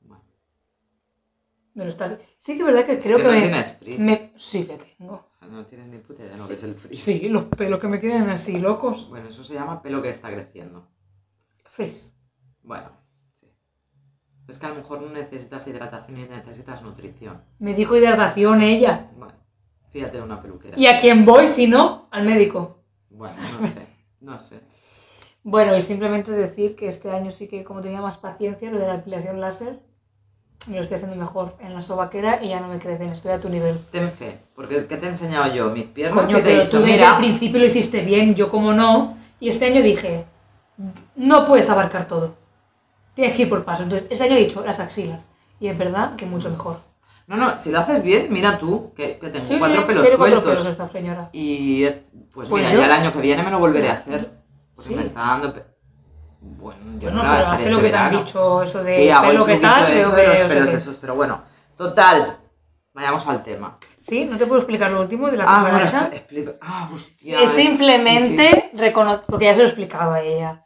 Speaker 1: Bueno.
Speaker 2: No lo está... Sí que es verdad que
Speaker 1: Es
Speaker 2: creo que,
Speaker 1: no
Speaker 2: me-
Speaker 1: tienes frizz.
Speaker 2: me, Sí que tengo.
Speaker 1: No tienes ni puta idea de lo que es el frizz.
Speaker 2: Sí, los pelos que me quedan así, locos.
Speaker 1: Bueno, eso se llama pelo que está creciendo.
Speaker 2: Frizz.
Speaker 1: Bueno, sí. Es que a lo mejor no necesitas hidratación y necesitas nutrición.
Speaker 2: Me dijo hidratación ella.
Speaker 1: Bueno, fíjate de una peluquera.
Speaker 2: ¿Y a quién voy si no? Al médico.
Speaker 1: Bueno, no sé, no sé.
Speaker 2: Bueno, y simplemente decir que este año sí que como tenía más paciencia, lo de la aplicación láser, me lo estoy haciendo mejor en la sobaquera y ya no me crecen, estoy a tu nivel.
Speaker 1: Ten fe, porque es que te he enseñado yo mis piernas
Speaker 2: Coño,
Speaker 1: y te he
Speaker 2: pero
Speaker 1: dicho,
Speaker 2: tú desde el
Speaker 1: mira,
Speaker 2: principio lo hiciste bien, yo como no, y este año dije, no puedes abarcar todo, tienes que ir por paso. Entonces, este año he dicho las axilas, y es verdad que mucho mejor.
Speaker 1: no, no, si lo haces bien, mira tú, que, que tengo
Speaker 2: Sí,
Speaker 1: cuatro
Speaker 2: sí,
Speaker 1: pelos
Speaker 2: tiene cuatro
Speaker 1: sueltos.
Speaker 2: pelos esta señora.
Speaker 1: Y es, pues,
Speaker 2: Pues
Speaker 1: mira,
Speaker 2: yo-
Speaker 1: ya el año que viene me lo volveré a hacer. Porque
Speaker 2: Sí.
Speaker 1: me está dando... pe- Bueno, yo no
Speaker 2: Bueno,
Speaker 1: me la
Speaker 2: pero
Speaker 1: dejaré
Speaker 2: hace
Speaker 1: este
Speaker 2: lo que te han
Speaker 1: verano.
Speaker 2: dicho, eso de
Speaker 1: sí, hago el
Speaker 2: pelo que
Speaker 1: truquito
Speaker 2: tal,
Speaker 1: eso de
Speaker 2: creo
Speaker 1: los
Speaker 2: que- o sea
Speaker 1: pelos
Speaker 2: que-
Speaker 1: esos, pero bueno, total, vayamos al tema.
Speaker 2: Sí, no te puedo explicar lo último de la
Speaker 1: Ah, bueno,
Speaker 2: cucaracha.
Speaker 1: expli- explica- ah, hostia,
Speaker 2: Es
Speaker 1: sí, sí, sí.
Speaker 2: simplemente reconocer, porque ya se lo explicaba ella.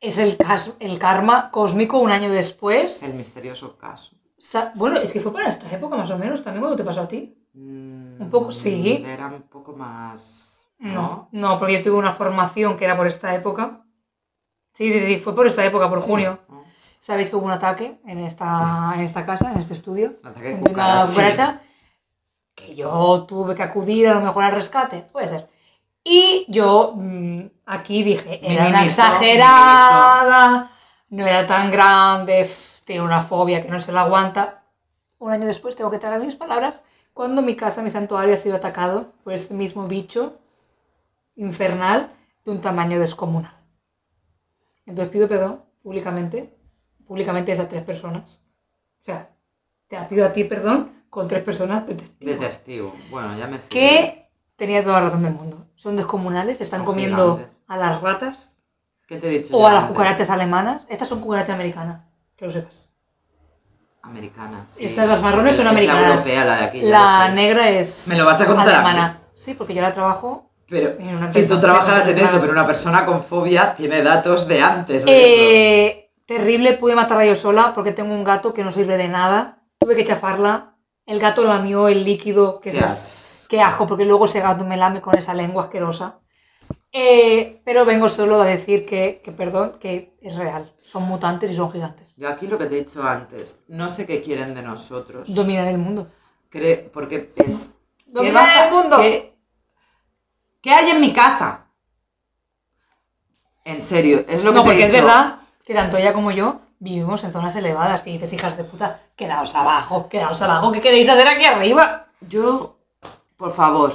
Speaker 2: Es el, cas- el karma cósmico un año después.
Speaker 1: El misterioso caso.
Speaker 2: Sa- Bueno, es que fue para esta época más o menos, también cuando te pasó a ti.
Speaker 1: Mm,
Speaker 2: Un poco, sí. Mm.
Speaker 1: Era un poco más... ¿No?
Speaker 2: No, no, porque yo tuve una formación que era por esta época. Sí, sí, sí, fue por esta época, por
Speaker 1: Sí,
Speaker 2: junio.
Speaker 1: ¿no?
Speaker 2: Sabéis que hubo un ataque en esta, en esta casa, en este estudio.
Speaker 1: Un ataque de
Speaker 2: de una
Speaker 1: cucaracha.
Speaker 2: cucaracha que yo tuve que acudir a lo mejor al rescate, puede ser. Y yo mm, aquí dije, era una
Speaker 1: Minimizó,
Speaker 2: exagerada, no era tan grande, pf, tiene una fobia que no se la aguanta. Un año después tengo que tragar mis palabras cuando mi casa, mi santuario ha sido atacado por este mismo bicho infernal de un tamaño descomunal. Entonces pido perdón públicamente, públicamente a esas tres personas. O sea, te pido a ti perdón con tres personas de testigo.
Speaker 1: De testigo. Bueno, ya me sé.
Speaker 2: que tenía toda la razón del mundo. Son descomunales, están
Speaker 1: Son
Speaker 2: comiendo
Speaker 1: gigantes.
Speaker 2: a las ratas
Speaker 1: ¿Qué te he dicho?
Speaker 2: o
Speaker 1: yo
Speaker 2: a las
Speaker 1: antes?
Speaker 2: cucarachas alemanas. Estas son cucarachas americanas, que lo sepas.
Speaker 1: Americanas. sí.
Speaker 2: Estas, las marrones, son
Speaker 1: Es La
Speaker 2: americanas.
Speaker 1: europea, la de aquí. ya
Speaker 2: la
Speaker 1: lo sé.
Speaker 2: negra es
Speaker 1: ¿Me lo vas a contar a mí?
Speaker 2: alemana. Sí, porque yo la trabajo. en
Speaker 1: Pero
Speaker 2: una
Speaker 1: si tú
Speaker 2: persona-
Speaker 1: trabajaras en eso,
Speaker 2: personas.
Speaker 1: pero una persona con fobia tiene datos de antes de eso.
Speaker 2: Eh, terrible, pude matarla yo sola porque tengo un gato que no sirve de nada. Tuve que chafarla. El gato lamió el líquido que
Speaker 1: Qué
Speaker 2: es
Speaker 1: asco.
Speaker 2: Qué asco, porque luego ese gato me lame con esa lengua asquerosa. Eh, pero vengo solo a decir que, que, perdón, que es real. Son mutantes y son gigantes.
Speaker 1: Yo aquí lo que te he dicho antes, no sé qué quieren de nosotros.
Speaker 2: Dominan el mundo.
Speaker 1: Cre- porque es... ¿qué
Speaker 2: Dominan
Speaker 1: vas a-
Speaker 2: el mundo.
Speaker 1: ¿qué, qué hay en mi casa? En serio, es lo que
Speaker 2: no,
Speaker 1: te he
Speaker 2: porque es
Speaker 1: dicho.
Speaker 2: verdad que tanto ella como yo vivimos en zonas elevadas. Y dices, hijas de puta, quedaos abajo, quedaos abajo, ¿qué queréis hacer aquí arriba?
Speaker 1: Yo, por favor,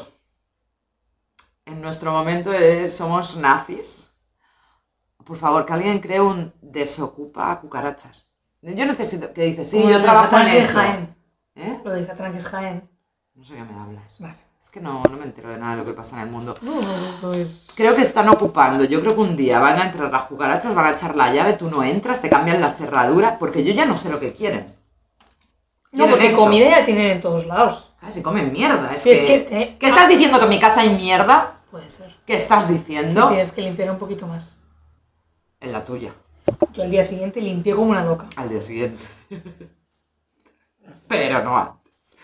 Speaker 1: en nuestro momento eh, somos nazis. Por favor, que alguien cree un desocupa cucarachas. Yo necesito que dices, sí,
Speaker 2: Como
Speaker 1: yo
Speaker 2: lo
Speaker 1: trabajo en
Speaker 2: de Satran, que es
Speaker 1: eso.
Speaker 2: Jaén.
Speaker 1: ¿Eh?
Speaker 2: Lo de Satran, que es Jaén.
Speaker 1: No sé qué me hablas.
Speaker 2: Vale.
Speaker 1: Es que no, no me entero de nada de lo que pasa en el mundo.
Speaker 2: No, no, no, no.
Speaker 1: Creo que están ocupando. Yo creo que un día van a entrar las cucarachas, van a echar la llave, tú no entras, te cambian la cerradura, porque yo ya no sé lo que quieren.
Speaker 2: No,
Speaker 1: Quieren
Speaker 2: porque
Speaker 1: eso.
Speaker 2: comida ya tienen en todos lados.
Speaker 1: Casi comen mierda. Es
Speaker 2: Si
Speaker 1: que,
Speaker 2: es que eh, te- Ah,
Speaker 1: ¿Qué estás diciendo que en mi casa hay mierda?
Speaker 2: Puede ser.
Speaker 1: ¿Qué estás diciendo?
Speaker 2: Tienes que limpiar un poquito más.
Speaker 1: En la tuya,
Speaker 2: Yo al día siguiente limpié como una loca.
Speaker 1: al día siguiente. Pero no antes.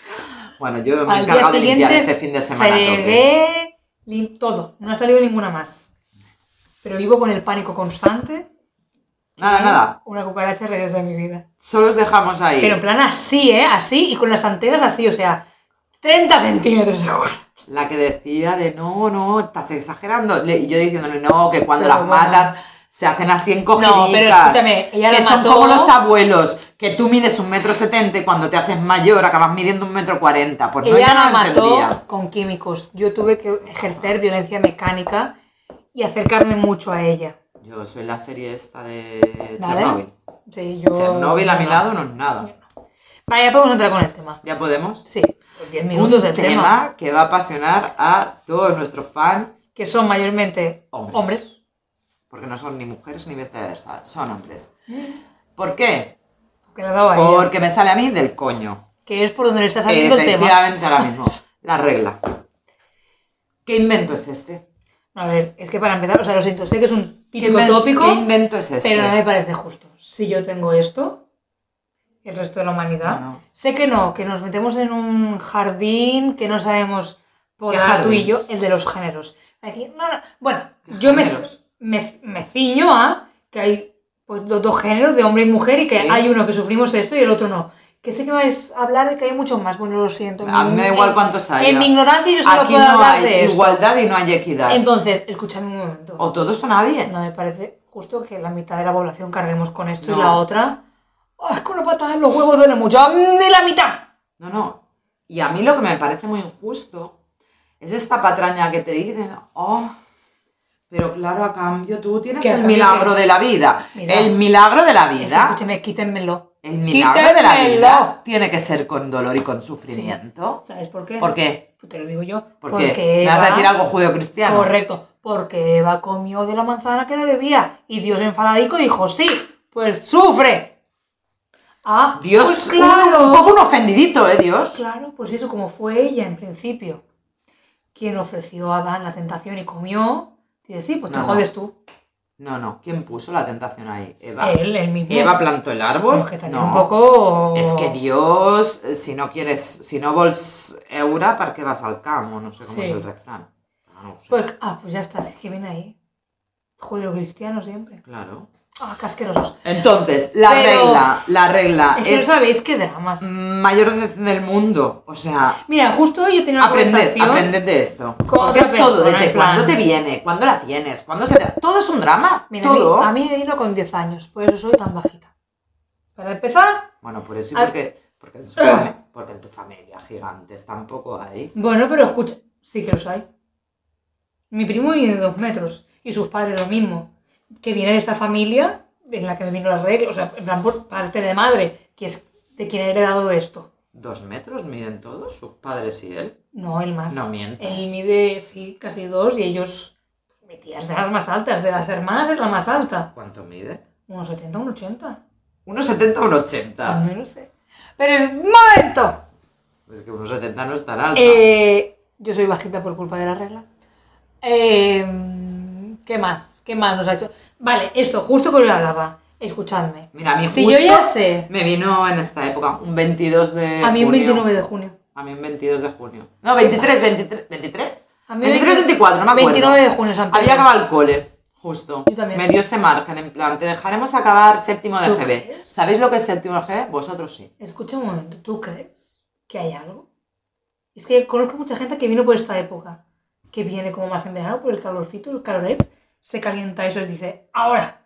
Speaker 1: Bueno, yo me he
Speaker 2: Al día
Speaker 1: encargado de limpiar
Speaker 2: siguiente
Speaker 1: este fin de semana. a tope.
Speaker 2: fregué, lim- todo. No ha salido ninguna más. Pero vivo con el pánico constante.
Speaker 1: Nada, Ah, nada.
Speaker 2: Una cucaracha regresa a mi vida.
Speaker 1: Solo os dejamos ahí.
Speaker 2: Pero en plan así, ¿eh? Así y con las antenas así, o sea, 30 centímetros de cucaracha.
Speaker 1: La que decía de no, no, estás exagerando. Le- Y yo diciéndole no, que cuando
Speaker 2: Pero
Speaker 1: las
Speaker 2: bueno.
Speaker 1: matas se hacen así en
Speaker 2: No, pero escúchame, ella
Speaker 1: que
Speaker 2: la
Speaker 1: son
Speaker 2: mató-
Speaker 1: como los abuelos, que tú mides un metro setenta y cuando te haces mayor acabas midiendo un metro cuarenta. Pues no,
Speaker 2: Ella
Speaker 1: yo no
Speaker 2: la
Speaker 1: lo entendía.
Speaker 2: mató con químicos. Yo tuve que ejercer violencia mecánica y acercarme mucho a ella.
Speaker 1: Yo soy la serie esta de
Speaker 2: Vale. Oh,
Speaker 1: Chernobyl.
Speaker 2: Sí, yo...
Speaker 1: Chernobyl a mi lado no es nada.
Speaker 2: Vale, ya podemos entrar con el tema.
Speaker 1: ¿Ya podemos?
Speaker 2: Sí, 10 minutos
Speaker 1: un
Speaker 2: del
Speaker 1: tema,
Speaker 2: tema.
Speaker 1: que va a apasionar a todos nuestros fans,
Speaker 2: Que son mayormente
Speaker 1: Hombres.
Speaker 2: hombres.
Speaker 1: porque no son ni mujeres ni viceversa, son hombres.
Speaker 2: Mm.
Speaker 1: ¿Por qué?
Speaker 2: Que le ha dado a ella.
Speaker 1: Porque me sale a mí del coño.
Speaker 2: Que es por donde le está saliendo el tema.
Speaker 1: Efectivamente, ahora mismo. La regla. ¿Qué invento es este?
Speaker 2: A ver, es que para empezar, o sea, lo siento, sé que es un
Speaker 1: ¿Qué,
Speaker 2: típico
Speaker 1: inven-
Speaker 2: tópico,
Speaker 1: qué invento es este?
Speaker 2: pero no me parece justo. Si yo tengo esto, el resto de la humanidad.
Speaker 1: No,
Speaker 2: Sé que no, que nos metemos en un jardín que no sabemos por tú
Speaker 1: jardín?
Speaker 2: y yo, el de los géneros. Va a decir, no, no. Bueno,
Speaker 1: ¿Qué
Speaker 2: yo me,
Speaker 1: géneros?
Speaker 2: me, me ciño a que hay pues, los dos géneros de hombre y mujer y que
Speaker 1: Sí.
Speaker 2: hay uno que sufrimos esto y el otro no. Que sé que vais a hablar de que hay muchos más. Bueno, lo siento.
Speaker 1: A mí me da
Speaker 2: en-
Speaker 1: igual cuántos haya.
Speaker 2: En mi ignorancia yo solo
Speaker 1: Aquí
Speaker 2: puedo
Speaker 1: no
Speaker 2: hablar de
Speaker 1: hay
Speaker 2: esto.
Speaker 1: igualdad y no hay equidad.
Speaker 2: Entonces, escúchame un momento.
Speaker 1: o todos o nadie.
Speaker 2: No me parece justo que la mitad de la población carguemos con esto
Speaker 1: No.
Speaker 2: y la otra. "Ah, es que una patada en los huevos duele mucho. ¡Ah, ¡Ni la mitad!
Speaker 1: No, no. Y a mí lo que me parece muy injusto es esta patraña que te dicen, oh, pero claro, a cambio tú tienes
Speaker 2: Que a
Speaker 1: el
Speaker 2: cambio
Speaker 1: milagro
Speaker 2: que-
Speaker 1: de la vida.
Speaker 2: Mira.
Speaker 1: El milagro de la
Speaker 2: Eso,
Speaker 1: vida.
Speaker 2: escúchame, quítenmelo.
Speaker 1: El milagro de la
Speaker 2: Quítamelo.
Speaker 1: vida tiene que ser con dolor y con sufrimiento.
Speaker 2: ¿Sabes por qué?
Speaker 1: ¿Por qué?
Speaker 2: Pues te lo digo yo.
Speaker 1: ¿Por qué? ¿Me vas a
Speaker 2: Eva-
Speaker 1: decir algo judeocristiano?
Speaker 2: Correcto. Porque Eva comió de la manzana que no debía. Y Dios enfadadico dijo, sí, pues sufre. Ah,
Speaker 1: Dios,
Speaker 2: pues
Speaker 1: un-
Speaker 2: claro.
Speaker 1: un, poco un ofendidito, ¿eh, Dios?
Speaker 2: Claro, pues eso, como fue ella en principio, quien ofreció a Adán la tentación y comió, dice, sí, pues te
Speaker 1: No, no.
Speaker 2: jodes tú.
Speaker 1: No, no, ¿quién puso la tentación ahí? Eva.
Speaker 2: Él, él mismo.
Speaker 1: ¿Eva plantó el árbol?
Speaker 2: Bueno, Eh, Pues que también
Speaker 1: No.
Speaker 2: un poco...
Speaker 1: Es que Dios, eh, si no quieres, si no vols eura, ¿para qué vas al campo? No sé cómo
Speaker 2: Sí.
Speaker 1: es el refrán. Ah, no sé.
Speaker 2: Pues- ah, pues ya está, es que viene ahí. Judeo cristiano siempre.
Speaker 1: claro.
Speaker 2: Ah, casquerosos.
Speaker 1: Entonces, la
Speaker 2: Pero-
Speaker 1: regla, la regla
Speaker 2: Es que no
Speaker 1: Ah, es Mm.
Speaker 2: sabéis qué dramas.
Speaker 1: mayor de- del mundo. O sea,
Speaker 2: Mira, justo hoy yo tenía una
Speaker 1: Aprended,
Speaker 2: conversación.
Speaker 1: aprended de esto.
Speaker 2: con
Speaker 1: Porque
Speaker 2: otra
Speaker 1: es todo,
Speaker 2: persona,
Speaker 1: desde
Speaker 2: en plan-
Speaker 1: cuándo te viene, cuándo la tienes, cuándo se te... Todo es un drama,
Speaker 2: Mira, a mí-
Speaker 1: todo.
Speaker 2: A mí me vino con 10 años, por eso soy tan bajita. Para empezar,
Speaker 1: Bueno, por eso y
Speaker 2: Al- Ah.
Speaker 1: porque, porque, en su fami- porque en tu familia gigantes tampoco hay.
Speaker 2: bueno, pero escucha, sí que los hay. Mi primo viene de dos metros y sus padres lo mismo. Que viene de esta familia en la que me vino la regla, o sea, en plan por parte de madre, que es de quien he heredado esto.
Speaker 1: ¿Dos metros miden todos, sus padres y él?
Speaker 2: No, él más.
Speaker 1: No mientas.
Speaker 2: Él mide, sí, casi dos y ellos, mi tía es de las más altas, de las hermanas es la más alta.
Speaker 1: ¿Cuánto mide?
Speaker 2: Unos 70, unos 80.
Speaker 1: ¿Unos 70 o unos 80?
Speaker 2: No lo sé. Pero, ¡un momento!
Speaker 1: Es que unos 70 no es tan alto.
Speaker 2: Eh, yo soy bajita por culpa de la regla. Eh, ¿Qué más? ¿Qué más nos ha hecho? Vale, esto, justo que lo hablaba. Escuchadme.
Speaker 1: Mira, a mí
Speaker 2: Si
Speaker 1: justo
Speaker 2: yo ya sé.
Speaker 1: me vino en esta época, un 22 de
Speaker 2: A mí un
Speaker 1: junio.
Speaker 2: 29 de junio.
Speaker 1: A mí un 22 de junio. No, 23, 23, 23.
Speaker 2: A mí
Speaker 1: 23 24, no me acuerdo.
Speaker 2: 29 de junio, San Pedro.
Speaker 1: Había acabado el cole, justo.
Speaker 2: Yo también.
Speaker 1: Me dio ese margen, en plan, te dejaremos acabar séptimo de
Speaker 2: ¿Tú
Speaker 1: GB.
Speaker 2: crees?
Speaker 1: ¿Sabéis lo que es séptimo de GB? Vosotros sí.
Speaker 2: Escucha un momento, ¿tú crees que hay algo? Es que conozco mucha gente que vino por esta época, que viene como más en verano por el calorcito, el caloret, se calienta eso y dice, ahora.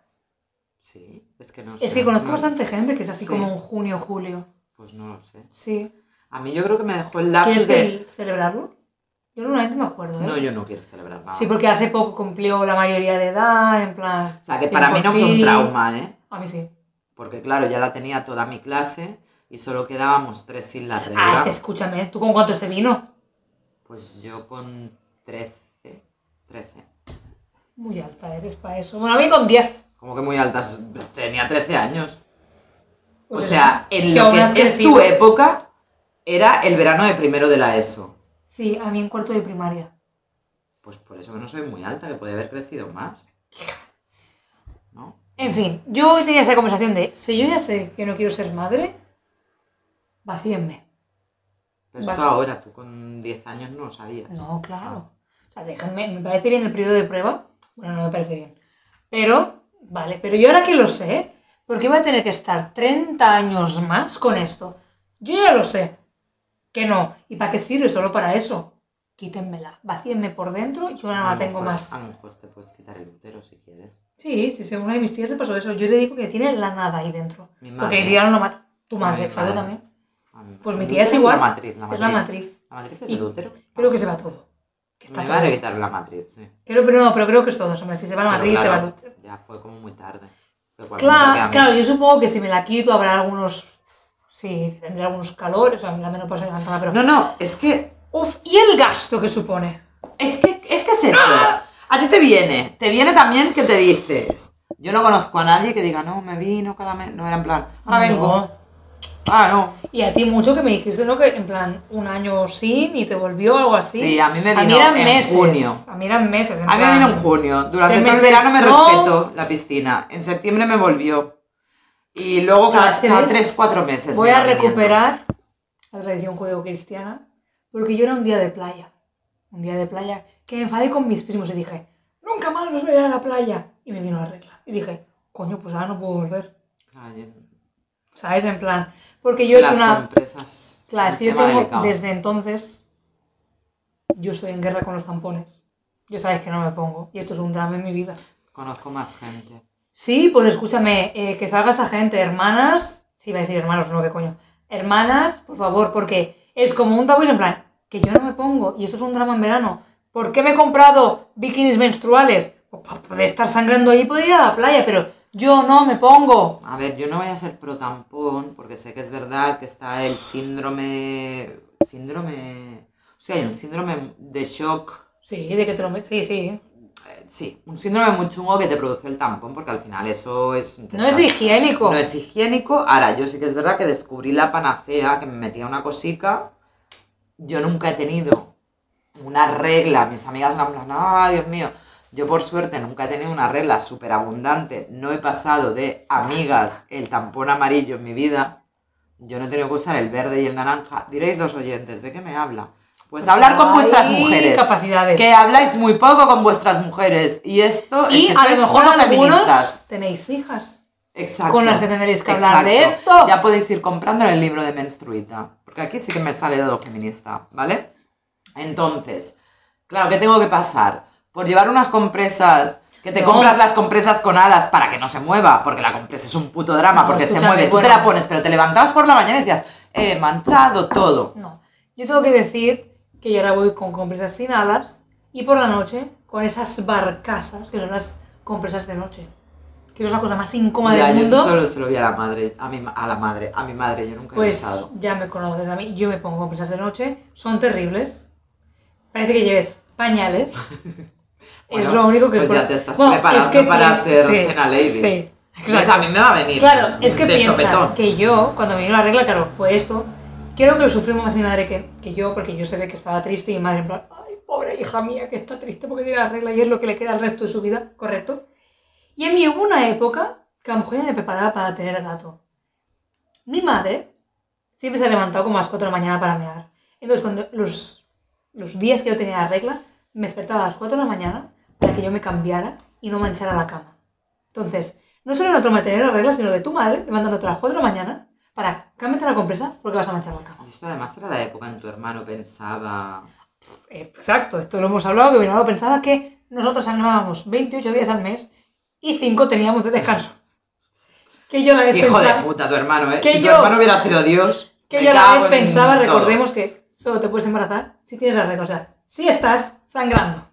Speaker 1: Sí, es que no
Speaker 2: Es
Speaker 1: sé.
Speaker 2: que conozco
Speaker 1: No,
Speaker 2: bastante gente que es así
Speaker 1: Sí.
Speaker 2: como en junio, julio.
Speaker 1: Pues no lo sé.
Speaker 2: Sí.
Speaker 1: A mí yo creo que me dejó el lapsus
Speaker 2: ¿Quieres
Speaker 1: de...
Speaker 2: que- celebrarlo? Yo normalmente me acuerdo, ¿eh?
Speaker 1: Ah, No, yo no quiero celebrar nada.
Speaker 2: Sí, porque hace poco cumplió la mayoría de edad, en plan...
Speaker 1: O sea, que para mí no fue un
Speaker 2: cincotín.
Speaker 1: trauma, ¿eh?
Speaker 2: A mí sí.
Speaker 1: Porque claro, ya la tenía toda mi clase y solo quedábamos tres sin la regla.
Speaker 2: Ah, es que escúchame, ¿tú con cuánto se vino?
Speaker 1: Pues yo con 13. 13.
Speaker 2: Muy alta eres para eso. Bueno, a mí con 10.
Speaker 1: Como que muy altas. Tenía 13 años. o
Speaker 2: Pues eso.
Speaker 1: sea, en
Speaker 2: Que
Speaker 1: lo
Speaker 2: aún
Speaker 1: que
Speaker 2: has
Speaker 1: es
Speaker 2: crecido.
Speaker 1: tu época, era el verano de primero de la ESO.
Speaker 2: Sí, a mí en cuarto de primaria.
Speaker 1: Pues por eso que no soy muy alta, que podía haber crecido más. ¿No?
Speaker 2: En fin, yo hoy tenía esa conversación de, si yo ya sé que no quiero ser madre, vacíenme.
Speaker 1: Pero esto
Speaker 2: Vale.
Speaker 1: ahora, tú con 10 años no lo sabías.
Speaker 2: No, claro. O sea, déjenme, me parece bien el periodo de prueba. Bueno, no me parece bien. Pero, vale, pero yo ahora que lo sé, porque voy a tener que estar 30 años más con esto. Yo ya lo sé. Que no. ¿Y para qué sirve solo para eso? Quítenmela, vacíenme por dentro, yo
Speaker 1: A
Speaker 2: no
Speaker 1: lo
Speaker 2: la tengo
Speaker 1: mejor-
Speaker 2: más.
Speaker 1: A lo mejor te puedes quitar el útero si quieres.
Speaker 2: Sí, sí, según una de mis tías le pasó eso. Yo le digo que tiene la nada ahí dentro.
Speaker 1: Mi
Speaker 2: Porque
Speaker 1: madre.
Speaker 2: el día no la mata. Tu madre,
Speaker 1: Mi madre.
Speaker 2: exacto, también.
Speaker 1: A mí-
Speaker 2: Pues mi
Speaker 1: el
Speaker 2: tía es
Speaker 1: útero
Speaker 2: igual.
Speaker 1: La matriz, la
Speaker 2: Es
Speaker 1: matriz.
Speaker 2: la matriz.
Speaker 1: La matriz es
Speaker 2: Y
Speaker 1: el útero.
Speaker 2: Creo que se va todo. Que
Speaker 1: Me
Speaker 2: está
Speaker 1: van a
Speaker 2: todo.
Speaker 1: quitar la matriz, sí.
Speaker 2: Creo, pero no, pero creo que es todo, hombre. Si se va la
Speaker 1: Pero
Speaker 2: matriz, se va
Speaker 1: claro,
Speaker 2: el útero.
Speaker 1: Ya fue como muy tarde. Pero cuando me toque a
Speaker 2: Claro,
Speaker 1: mí-
Speaker 2: claro, yo supongo que si me la quito habrá algunos. Sí, que tendré algunos calores, o sea, la menopausa adelantada, pero.
Speaker 1: No, no, es que
Speaker 2: Uf, ¿y el gasto que supone?
Speaker 1: Es que, es que es eso. A ti te viene. Te viene también que te dices. Yo no conozco a nadie que diga, no, me vino cada mes. No era en plan, ahora vengo.
Speaker 2: No.
Speaker 1: Ah, no.
Speaker 2: Y a ti mucho que me dijiste, ¿no? Que en plan, un año sin y te volvió algo así.
Speaker 1: Sí, a mí me
Speaker 2: a mí
Speaker 1: vino
Speaker 2: eran
Speaker 1: en
Speaker 2: meses.
Speaker 1: junio.
Speaker 2: A mí eran meses. En
Speaker 1: A mí me
Speaker 2: plan,
Speaker 1: vino en junio. Durante todo
Speaker 2: Tres
Speaker 1: el
Speaker 2: meses,
Speaker 1: verano me
Speaker 2: no.
Speaker 1: respeto la piscina. En septiembre me volvió. Y luego
Speaker 2: Cada
Speaker 1: cada, cada
Speaker 2: tres-
Speaker 1: tres, cuatro meses.
Speaker 2: Voy
Speaker 1: me
Speaker 2: a
Speaker 1: va viniendo.
Speaker 2: recuperar la tradición judeocristiana, porque yo era un día de playa. Un día de playa que me enfadé con mis primos y dije, nunca más los voy a ir a la playa. Y me vino la regla. Y dije, coño, pues ahora no puedo volver.
Speaker 1: Claro, yo-
Speaker 2: ¿Sabes? En plan, porque yo es
Speaker 1: las
Speaker 2: una...
Speaker 1: compresas,
Speaker 2: Claro, es
Speaker 1: un
Speaker 2: que yo
Speaker 1: tema
Speaker 2: tengo,
Speaker 1: delicado.
Speaker 2: desde entonces, yo estoy en guerra con los tampones. Yo sabes que no me pongo. Y esto es un drama en mi vida.
Speaker 1: Conozco más gente.
Speaker 2: Sí, pues escúchame, eh, que salga esa gente, hermanas. Sí, iba a decir hermanos, no, qué coño. Hermanas, por favor, porque es como un tabú es en plan, que yo no me pongo, y esto es un drama en verano. ¿Por qué me he comprado bikinis menstruales? Pues para poder estar sangrando ahí, poder ir a la playa, pero yo no me pongo.
Speaker 1: A ver, yo no voy a ser pro tampón, porque sé que es verdad que está el síndrome. Síndrome. O sea, hay un síndrome de shock.
Speaker 2: Sí, de que te lo met- Sí, sí.
Speaker 1: eh, sí, un síndrome muy chungo que te produce el tampón, porque al final eso es. te
Speaker 2: No es
Speaker 1: estás-
Speaker 2: higiénico.
Speaker 1: No es higiénico. Ahora, yo sí que es verdad que descubrí la panacea, que me metía una cosica. Yo nunca he tenido una regla. Mis amigas eran en plan, ah, Dios mío. Yo por suerte nunca he tenido una regla súper abundante. No he pasado de amigas el tampón amarillo en mi vida. Yo no he tenido que usar el verde y el naranja. Diréis los oyentes, ¿de qué me habla? Pues hablar con vuestras
Speaker 2: Hay
Speaker 1: mujeres.
Speaker 2: capacidades.
Speaker 1: Que habláis muy poco con vuestras mujeres. Y esto es
Speaker 2: y
Speaker 1: que
Speaker 2: a
Speaker 1: sois
Speaker 2: lo mejor
Speaker 1: poco feministas.
Speaker 2: algunos tenéis hijas.
Speaker 1: Exacto.
Speaker 2: con las que tendréis que hablar de
Speaker 1: Exacto.
Speaker 2: esto.
Speaker 1: Ya podéis ir comprando el libro de Menstruita, porque aquí sí que me sale dado feminista, ¿vale? Entonces, claro, ¿qué tengo que pasar? Por llevar unas compresas, que te
Speaker 2: No.
Speaker 1: compras las compresas con alas para que no se mueva, porque la compresa es un puto drama,
Speaker 2: No,
Speaker 1: porque se
Speaker 2: escúchame,
Speaker 1: mueve, tú
Speaker 2: bueno.
Speaker 1: te la pones, pero te levantabas por la mañana y decías, eh, manchado todo.
Speaker 2: No. Yo tengo que decir que yo ahora voy con compresas sin alas y por la noche con esas barcazas, que son las compresas de noche. Que es la cosa más incómoda
Speaker 1: Ya,
Speaker 2: del
Speaker 1: yo eso
Speaker 2: mundo.
Speaker 1: solo se lo vi a la madre, a mi, ma- a la madre, a mi madre, yo nunca he
Speaker 2: Pues
Speaker 1: usado.
Speaker 2: ya me conoces a mí. Yo me pongo compresas de noche. Son terribles. Parece que lleves pañales.
Speaker 1: Bueno,
Speaker 2: es lo único que...
Speaker 1: pues
Speaker 2: con-
Speaker 1: ya te estás preparando para
Speaker 2: pi-
Speaker 1: ser cena lady.
Speaker 2: Sí.
Speaker 1: Pues a mí me va a venir.
Speaker 2: Claro, es que
Speaker 1: de
Speaker 2: piensa
Speaker 1: sopetón.
Speaker 2: que yo, cuando me vino la regla, claro, fue esto. Creo que lo sufrió más mi madre que, que yo, porque yo se ve que estaba triste y mi madre en plan, ay, pobre hija mía, que está triste porque tiene la regla y es lo que le queda al resto de su vida, ¿correcto? Y a mí hubo una época que a lo mejor ya me preparaba para tener gato. Mi madre siempre se ha levantado como a las 4 de la mañana para mear. Entonces, cuando los, los días que yo tenía la regla, me despertaba a las 4 de la mañana para que yo me cambiara y no manchara la cama. Entonces, no solo era otro mantener la regla, sino de tu madre levantándote a las 4 de la mañana para cámbiate la compresa porque vas a manchar la cama.
Speaker 1: Esto además era la época en tu hermano pensaba.
Speaker 2: Eh, Exacto, esto lo hemos hablado, que mi hermano pensaba que nosotros sangrábamos 28 días al mes y 5 teníamos de descanso. Que yo a la vez
Speaker 1: Hijo de
Speaker 2: Pues pensaba-
Speaker 1: puta, tu hermano, ¿eh?
Speaker 2: que
Speaker 1: si
Speaker 2: yo-
Speaker 1: tu hermano hubiera sido Dios.
Speaker 2: Que
Speaker 1: me
Speaker 2: yo a la
Speaker 1: cago
Speaker 2: vez
Speaker 1: en
Speaker 2: pensaba,
Speaker 1: todo.
Speaker 2: recordemos que solo te puedes embarazar si tienes la regla, o sea, si estás sangrando.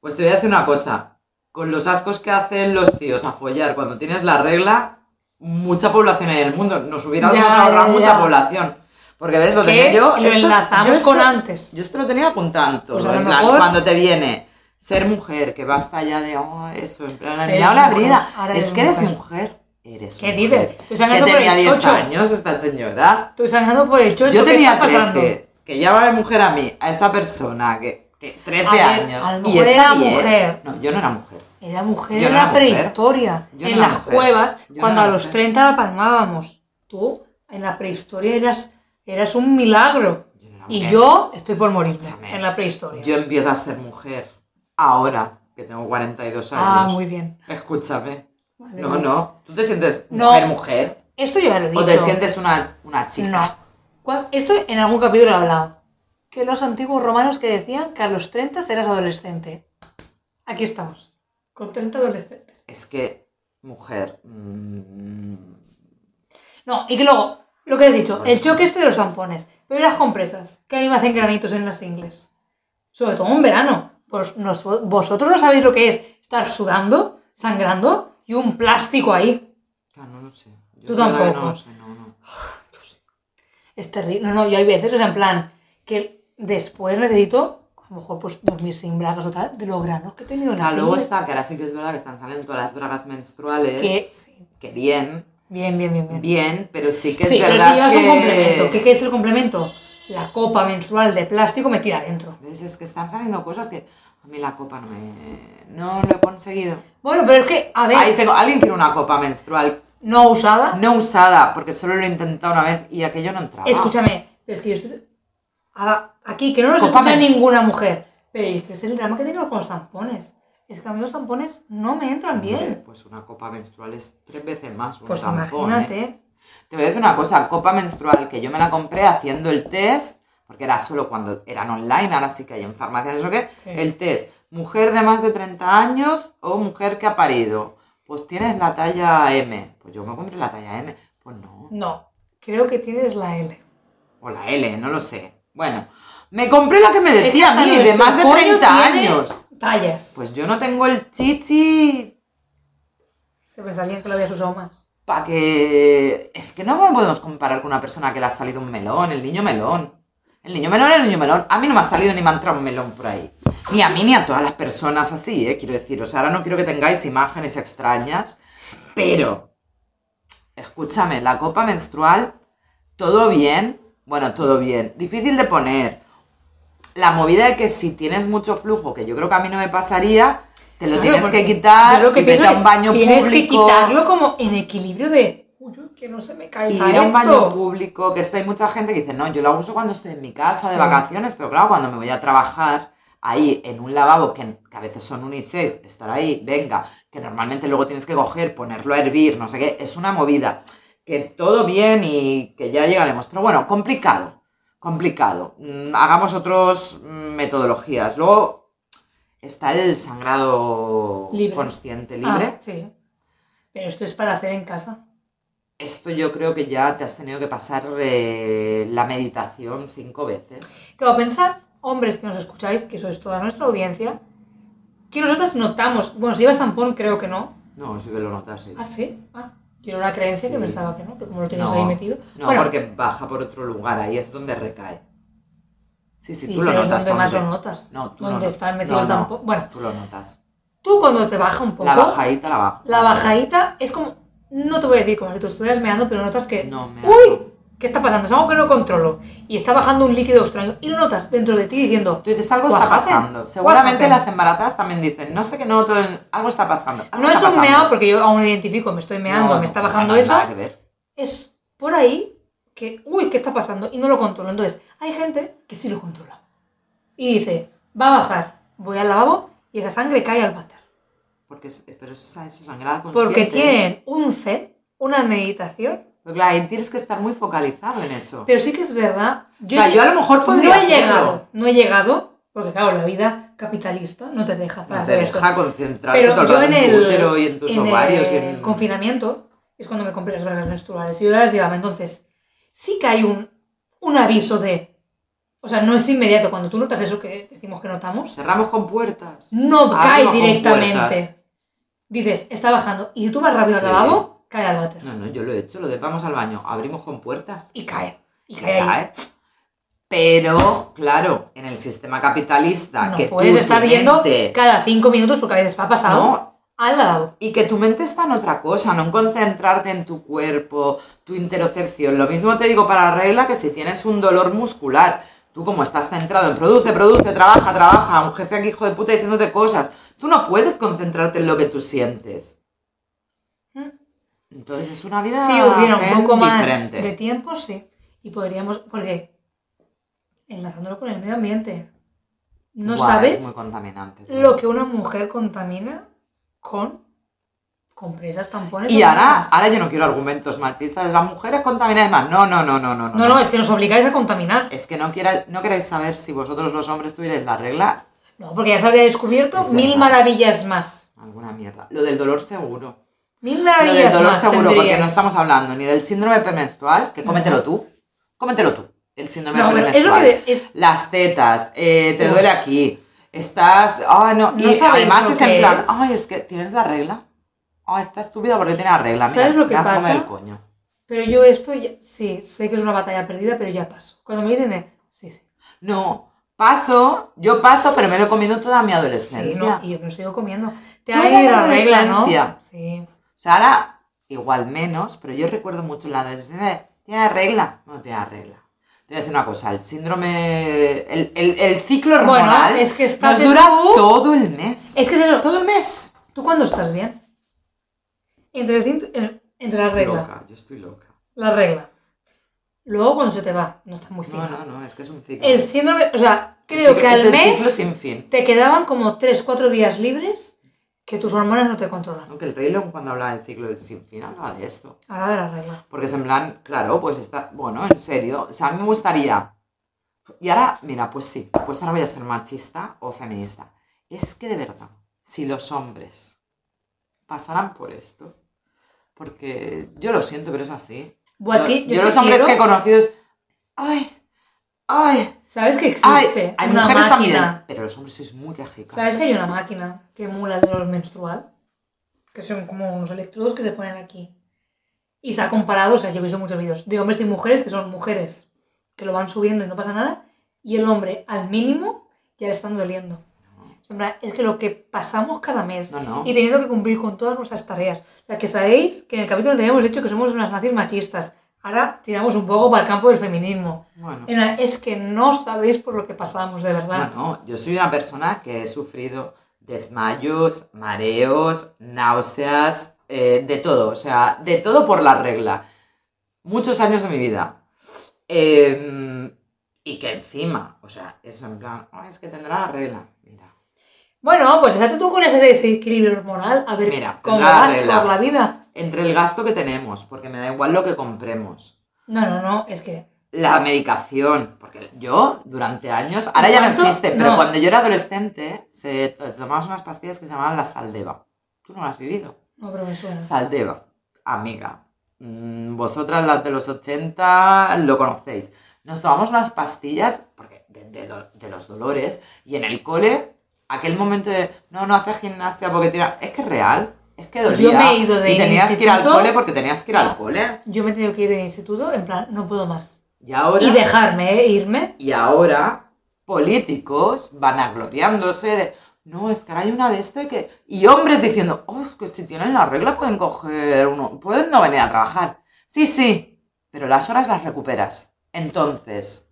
Speaker 1: Pues te voy a decir una cosa. Con los ascos que hacen los tíos a follar cuando tienes la regla, mucha población hay en el mundo. Nos hubiéramos
Speaker 2: Ya,
Speaker 1: ahorrado
Speaker 2: ya,
Speaker 1: mucha
Speaker 2: ya.
Speaker 1: población. Porque, ¿ves? Lo tenía
Speaker 2: Que
Speaker 1: yo.
Speaker 2: lo
Speaker 1: esto-
Speaker 2: enlazamos
Speaker 1: yo esto-
Speaker 2: con antes.
Speaker 1: Yo esto lo tenía apuntando.
Speaker 2: Pues a lo
Speaker 1: en plan,
Speaker 2: mejor-
Speaker 1: cuando te viene ser mujer, que basta ya de oh, eso, en plan,
Speaker 2: Eres
Speaker 1: mira la
Speaker 2: mujer,
Speaker 1: vida.
Speaker 2: ahora
Speaker 1: Es
Speaker 2: eres
Speaker 1: que eres
Speaker 2: mujer.
Speaker 1: mujer. Eres
Speaker 2: ¿Qué dices?
Speaker 1: mujer.
Speaker 2: Estoy
Speaker 1: Que
Speaker 2: sangrando por
Speaker 1: tenía
Speaker 2: el
Speaker 1: 10
Speaker 2: chocho.
Speaker 1: años esta señora.
Speaker 2: Estoy sangrando por el chocho.
Speaker 1: Yo
Speaker 2: ¿qué
Speaker 1: tenía
Speaker 2: está pasando?
Speaker 1: 13. Que llámame mujer a mí, a esa persona, que, que 13
Speaker 2: A ver,
Speaker 1: años.
Speaker 2: a lo
Speaker 1: y
Speaker 2: mejor
Speaker 1: está
Speaker 2: era
Speaker 1: bien.
Speaker 2: mujer.
Speaker 1: No, yo no era mujer.
Speaker 2: Era mujer
Speaker 1: Yo
Speaker 2: en
Speaker 1: no era
Speaker 2: la
Speaker 1: mujer.
Speaker 2: prehistoria,
Speaker 1: Yo no
Speaker 2: en
Speaker 1: era
Speaker 2: las
Speaker 1: mujer.
Speaker 2: cuevas,
Speaker 1: Yo no
Speaker 2: cuando
Speaker 1: era
Speaker 2: a los
Speaker 1: mujer.
Speaker 2: 30 la palmábamos. Tú, en la prehistoria, eras, eras un milagro.
Speaker 1: Yo no era
Speaker 2: Y
Speaker 1: mujer.
Speaker 2: yo estoy por morirme
Speaker 1: Escúchame.
Speaker 2: en la prehistoria.
Speaker 1: Yo empiezo a ser mujer ahora, que tengo 42 años.
Speaker 2: ah, muy bien.
Speaker 1: Escúchame.
Speaker 2: Vale.
Speaker 1: No, no. ¿Tú te sientes
Speaker 2: No.
Speaker 1: mujer, mujer?
Speaker 2: Esto yo ya lo he dicho.
Speaker 1: ¿O te sientes una, una chica?
Speaker 2: No. Cuan- Esto en algún capítulo lo he hablado. Que los antiguos romanos que decían que a los 30 eras adolescente. Aquí estamos. Con 30 adolescentes.
Speaker 1: Es que, mujer. mm,
Speaker 2: No, y que luego, lo que he dicho,
Speaker 1: Vale.
Speaker 2: el choque este de los tampones, pero y las compresas, que a mí me hacen granitos en las ingles. Sobre todo en verano. Pues nos- vosotros no sabéis lo que es estar sudando, sangrando y un plástico ahí.
Speaker 1: claro, no lo sé. Yo
Speaker 2: Tú
Speaker 1: de verdad que
Speaker 2: tampoco.
Speaker 1: No lo sé, no, no.
Speaker 2: Es terrible. No, no, yo hay veces, o sea, en plan, que después necesito, a lo mejor, pues dormir sin bragas o tal, de los granos que he tenido en
Speaker 1: Ah,
Speaker 2: las
Speaker 1: luego
Speaker 2: ingles.
Speaker 1: está, que ahora sí que es verdad que están saliendo todas las bragas menstruales.
Speaker 2: Que, sí.
Speaker 1: Que bien,
Speaker 2: Bien, bien, bien, bien.
Speaker 1: bien, pero sí que es
Speaker 2: sí, pero si
Speaker 1: verdad
Speaker 2: llevas
Speaker 1: que.
Speaker 2: un complemento. ¿Qué, ¿Qué es el complemento? La copa menstrual de plástico metida adentro.
Speaker 1: ¿Ves? Es que están saliendo cosas que a mí la copa no me. No lo he conseguido.
Speaker 2: Bueno, pero es que, a ver,
Speaker 1: Ahí tengo. Alguien quiere una copa menstrual
Speaker 2: no usada,
Speaker 1: no usada, porque solo lo he intentado una vez y aquello no entraba.
Speaker 2: Escúchame, es que yo estoy... a- Aquí, que no nos
Speaker 1: Cópame.
Speaker 2: escucha ninguna mujer. Pero es que es el drama que tengo con los tampones. Es que a mí los tampones no me entran
Speaker 1: Hombre,
Speaker 2: bien.
Speaker 1: Pues una copa menstrual es tres veces más. Un
Speaker 2: Pues
Speaker 1: tampón, ¿eh?
Speaker 2: imagínate.
Speaker 1: Te voy a decir una cosa, copa menstrual, que yo me la compré haciendo el test, porque era solo cuando eran online, ahora sí que hay en farmacias, eso que,
Speaker 2: Sí.
Speaker 1: el test, mujer de más de 30 años o mujer que ha parido. Pues tienes la talla M. Pues yo me compré la talla M. Pues no.
Speaker 2: No, creo que tienes la L.
Speaker 1: O la L, no lo sé. Bueno, me compré la que me
Speaker 2: Es que
Speaker 1: decía a
Speaker 2: hasta
Speaker 1: mí, de
Speaker 2: nuestro
Speaker 1: más de
Speaker 2: coño
Speaker 1: 30
Speaker 2: tiene
Speaker 1: años.
Speaker 2: Tallas.
Speaker 1: Pues yo no tengo el chichi
Speaker 2: Se pensarían que lo habías usado más.
Speaker 1: para que... Es que no podemos comparar con una persona que le ha salido un melón, el niño melón. El niño melón, el niño melón. A mí no me ha salido ni me ha entrado un melón por ahí. Ni a mí ni a todas las personas así, ¿eh? Quiero decir, o sea, ahora no quiero que tengáis imágenes extrañas, pero... Escúchame, la copa menstrual, todo bien, bueno, todo bien, difícil de poner. La movida de que si tienes mucho flujo, que yo creo que a mí no me pasaría, te lo
Speaker 2: Claro,
Speaker 1: tienes
Speaker 2: porque
Speaker 1: que quitar,
Speaker 2: yo lo que
Speaker 1: y vete
Speaker 2: pienso
Speaker 1: a
Speaker 2: es,
Speaker 1: un baño
Speaker 2: tienes
Speaker 1: público.
Speaker 2: que quitarlo como en equilibrio de... Uy, uy, que no se me caiga
Speaker 1: Y ir a un baño
Speaker 2: esto".
Speaker 1: público, que está, hay mucha gente que dice, no, yo la uso cuando estoy en mi casa de
Speaker 2: Sí.
Speaker 1: vacaciones, pero claro, cuando me voy a trabajar ahí en un lavabo, que, que a veces son unisex, estar ahí, venga, que normalmente luego tienes que coger, ponerlo a hervir, no sé qué, es una movida, que todo bien y que ya llegaremos, pero bueno, complicado, complicado. Mm, Hagamos otras metodologías. Luego está el sangrado
Speaker 2: Libre.
Speaker 1: consciente
Speaker 2: Ah,
Speaker 1: libre.
Speaker 2: sí. Pero esto es para hacer en casa.
Speaker 1: Esto yo creo que ya te has tenido que pasar eh, la meditación cinco veces.
Speaker 2: Claro, pensad, hombres que nos escucháis, que sois toda nuestra audiencia, que nosotras notamos, bueno, si llevas tampón creo que no.
Speaker 1: No, sí que lo notas. eh. sí.
Speaker 2: Ah, sí. Ah, tiene una creencia que
Speaker 1: Sí.
Speaker 2: pensaba que no, que como lo tenías
Speaker 1: No,
Speaker 2: ahí metido.
Speaker 1: No,
Speaker 2: bueno,
Speaker 1: porque baja por otro lugar, ahí es donde recae. Sí, sí,
Speaker 2: sí,
Speaker 1: tú lo
Speaker 2: pero es
Speaker 1: notas.
Speaker 2: donde más lo
Speaker 1: cuando
Speaker 2: notas.
Speaker 1: te- No, tú
Speaker 2: donde
Speaker 1: no
Speaker 2: está
Speaker 1: notas.
Speaker 2: metido el
Speaker 1: No, no,
Speaker 2: tampón. Bueno,
Speaker 1: Tú lo notas.
Speaker 2: tú cuando te baja un poco,
Speaker 1: La bajadita la baja.
Speaker 2: la bajadita es como, no te voy a decir como si tú estuvieras meando, pero notas que,
Speaker 1: No, me
Speaker 2: uy, ¿qué está pasando? Es algo que no controlo. Y está bajando un líquido extraño. Y lo notas dentro de ti diciendo,
Speaker 1: Tú dices, algo está
Speaker 2: What happened?
Speaker 1: pasando. Seguramente
Speaker 2: happened?
Speaker 1: las embarazadas también dicen, no sé qué noto, algo está pasando. algo
Speaker 2: no
Speaker 1: está
Speaker 2: es un
Speaker 1: pasando".
Speaker 2: meado porque yo aún lo identifico, me estoy meando,
Speaker 1: No,
Speaker 2: me está
Speaker 1: no,
Speaker 2: bajando
Speaker 1: nada,
Speaker 2: eso.
Speaker 1: nada que ver.
Speaker 2: es por ahí que, uy, ¿qué está pasando? Y no lo controlo. Entonces, hay gente que sí lo controla. Y dice, va a bajar, voy al lavabo y esa sangre cae al váter.
Speaker 1: Porque es, pero eso es sangrada consciente.
Speaker 2: Porque tienen un zen, una meditación,
Speaker 1: Pero claro, ahí Pues tienes que estar muy focalizado en eso.
Speaker 2: pero sí que es verdad.
Speaker 1: o sea, yo a lo mejor podría
Speaker 2: no he
Speaker 1: hacerlo.
Speaker 2: llegado, no he llegado, porque claro, la vida capitalista no te deja
Speaker 1: No
Speaker 2: hacer
Speaker 1: te
Speaker 2: esto.
Speaker 1: deja concentrarte
Speaker 2: Pero
Speaker 1: todo el
Speaker 2: yo
Speaker 1: rato
Speaker 2: en
Speaker 1: en,
Speaker 2: el,
Speaker 1: tu útero y en tus
Speaker 2: en
Speaker 1: ovarios y
Speaker 2: el
Speaker 1: en...
Speaker 2: confinamiento es cuando me compré las bragas menstruales y yo ya las llevaba. Entonces, sí que hay un, un aviso de. O sea, no es inmediato. Cuando tú notas eso que decimos que notamos,
Speaker 1: Cerramos con puertas.
Speaker 2: no
Speaker 1: Ah,
Speaker 2: cae
Speaker 1: no, con puertas.
Speaker 2: directamente. Dices, está bajando. Y si tú vas rápido al
Speaker 1: Sí.
Speaker 2: lavabo, cae al váter.
Speaker 1: No, no, yo lo he hecho, lo de vamos al baño, abrimos con puertas.
Speaker 2: Y cae. Y
Speaker 1: Y
Speaker 2: cae. ahí.
Speaker 1: cae. Pero, claro, en el sistema capitalista,
Speaker 2: No
Speaker 1: que
Speaker 2: puedes
Speaker 1: tú,
Speaker 2: estar
Speaker 1: tu
Speaker 2: viendo
Speaker 1: mente-
Speaker 2: cada cinco minutos porque a veces va pasado
Speaker 1: No,
Speaker 2: al lavabo.
Speaker 1: y que tu mente está en otra cosa, no en concentrarte en tu cuerpo, tu interocepción. Lo mismo te digo para la regla que si tienes un dolor muscular, tú como estás centrado en produce, produce, trabaja, trabaja, un jefe aquí hijo de puta diciéndote cosas, tú no puedes concentrarte en lo que tú sientes.
Speaker 2: Mm.
Speaker 1: Entonces es una
Speaker 2: Si
Speaker 1: vida
Speaker 2: hubiera un
Speaker 1: zen
Speaker 2: poco más
Speaker 1: diferente.
Speaker 2: de tiempo, sí. Y podríamos, porque enlazándolo con el medio ambiente, no
Speaker 1: Buah,
Speaker 2: sabes
Speaker 1: Es muy contaminante. todo.
Speaker 2: lo que una mujer contamina con compresas, tampones.
Speaker 1: Y
Speaker 2: o
Speaker 1: ahora,
Speaker 2: demás.
Speaker 1: ahora yo no quiero argumentos machistas, las mujeres contamináis más. No, no, no, no, no.
Speaker 2: No, no, es que nos obligáis a contaminar.
Speaker 1: Es que no, quieras, no queréis saber si vosotros los hombres tuvierais la regla,
Speaker 2: No, porque ya se habría descubierto
Speaker 1: Es
Speaker 2: mil
Speaker 1: verdad.
Speaker 2: maravillas más.
Speaker 1: Alguna mierda. Lo del dolor seguro. Lo del
Speaker 2: Mil maravillas
Speaker 1: dolor
Speaker 2: más.
Speaker 1: seguro, porque no
Speaker 2: tendríais.
Speaker 1: estamos hablando ni del síndrome premenstrual, que cómetelo tú. Cómetelo tú. El síndrome
Speaker 2: No, pero es lo
Speaker 1: premenstrual.
Speaker 2: que. de- es-
Speaker 1: Las tetas, eh, te
Speaker 2: Uf.
Speaker 1: duele aquí. Estás. Ah, no.
Speaker 2: No
Speaker 1: Y
Speaker 2: sabéis
Speaker 1: además
Speaker 2: lo
Speaker 1: es en
Speaker 2: que
Speaker 1: plan.
Speaker 2: es.
Speaker 1: Ay, es que tienes la regla. Ah, está estúpida porque tiene la regla. Mira,
Speaker 2: ¿Sabes lo que
Speaker 1: me has comido
Speaker 2: pasa?
Speaker 1: el coño.
Speaker 2: pero yo esto, ya- sí, sé que es una batalla perdida, pero ya paso. Cuando me dicen de. Sí, sí.
Speaker 1: No. Paso, yo paso, pero me lo he comido toda mi
Speaker 2: Sí,
Speaker 1: adolescencia.
Speaker 2: no, y yo me lo sigo comiendo. Te
Speaker 1: Toda
Speaker 2: ha ido
Speaker 1: la
Speaker 2: la regla,
Speaker 1: adolescencia.
Speaker 2: ¿no? Sí.
Speaker 1: O sea, ahora igual menos, pero yo recuerdo mucho la adolescencia de, ¿tiene regla? No tiene regla. Te voy a decir una cosa, el síndrome, el, el- el ciclo hormonal
Speaker 2: Bueno, es que está.
Speaker 1: nos dura todo el mes.
Speaker 2: Es que es eso.
Speaker 1: Todo el mes.
Speaker 2: ¿Tú cuándo estás bien? Entre, el cinto- en- entre la regla.
Speaker 1: Loca, yo estoy loca.
Speaker 2: La regla. Luego cuando se te va, no estás muy fina.
Speaker 1: No, no, no, es que es un ciclo.
Speaker 2: El
Speaker 1: El
Speaker 2: síndrome, o sea, creo
Speaker 1: ciclo-
Speaker 2: que
Speaker 1: es
Speaker 2: al
Speaker 1: el ciclo
Speaker 2: mes
Speaker 1: sin fin.
Speaker 2: te quedaban como 3-4 días libres que tus hormonas no te controlan.
Speaker 1: Aunque el rey León cuando hablaba del ciclo del sin fin hablaba de esto.
Speaker 2: Ahora de la regla.
Speaker 1: Porque es en plan, claro, pues está, bueno, en serio, o sea, a mí me gustaría. Y ahora, mira, pues sí, pues ahora voy a ser machista o feminista. Es que de verdad, si los hombres pasaran por esto, porque yo lo siento, pero es así.
Speaker 2: Bueno, es
Speaker 1: Yo-
Speaker 2: que
Speaker 1: yo
Speaker 2: Pues yo, es que
Speaker 1: los hombres
Speaker 2: quiero-
Speaker 1: que he conocido es, ay, ay,
Speaker 2: Sabes que
Speaker 1: ay,
Speaker 2: existe
Speaker 1: hay
Speaker 2: una
Speaker 1: mujeres
Speaker 2: máquina.
Speaker 1: también, pero los hombres sois muy quejicas.
Speaker 2: ¿Sabes que hay una máquina que emula el dolor menstrual? Que son como unos electrodos que se ponen aquí. Y se ha comparado, o sea, yo he visto muchos vídeos de hombres y mujeres que son mujeres que lo van subiendo y no pasa nada. Y el hombre, al mínimo, ya le están doliendo. En plan, es que lo que pasamos cada mes
Speaker 1: No, no.
Speaker 2: y teniendo que cumplir con todas nuestras tareas. O sea, que sabéis que en el capítulo teníamos dicho que somos unas nazis machistas. Ahora tiramos un poco para el campo del feminismo.
Speaker 1: Bueno.
Speaker 2: En plan, Es que no sabéis por lo que pasamos, de verdad.
Speaker 1: No, no, yo soy una persona que he sufrido desmayos, mareos, náuseas, eh, de todo, o sea, de todo por la regla. Muchos años de mi vida. Em, y que encima, o sea, eso en plan, "Ay, es que tendrá la regla. Mira,
Speaker 2: Bueno, pues estate tú con ese desequilibrio hormonal, a ver
Speaker 1: Mira,
Speaker 2: cómo
Speaker 1: tendrá
Speaker 2: vas
Speaker 1: regla.
Speaker 2: por la vida.
Speaker 1: entre el gasto que tenemos, porque me da igual lo que compremos,
Speaker 2: No, no, no, es que.
Speaker 1: la medicación, porque yo durante años, ahora ya no
Speaker 2: ¿Cuánto?
Speaker 1: existe, pero
Speaker 2: No.
Speaker 1: cuando yo era adolescente, se tomaban unas pastillas que se llamaban la saldeva. Tú no las has vivido.
Speaker 2: No, pero me suena.
Speaker 1: Saldeva, amiga. Mm, Vosotras las de los 80 lo conocéis. Nos tomamos unas pastillas porque de, de lo- de los dolores y en el cole, aquel momento de no, no haces gimnasia porque tira. Es que es real, es que dolía.
Speaker 2: Yo me he ido de
Speaker 1: y tenías que ir al
Speaker 2: instituto.
Speaker 1: cole porque tenías que ir al cole.
Speaker 2: Yo me he tenido que ir del instituto, en plan, no puedo más.
Speaker 1: Y ahora,
Speaker 2: Y dejarme, ¿eh? Irme.
Speaker 1: y ahora políticos vanagloriándose de no, es que ahora hay una de este que. Y hombres diciendo, oh, es que si tienen la regla pueden coger uno, pueden no venir a trabajar. Sí, sí, pero las horas las recuperas. Entonces,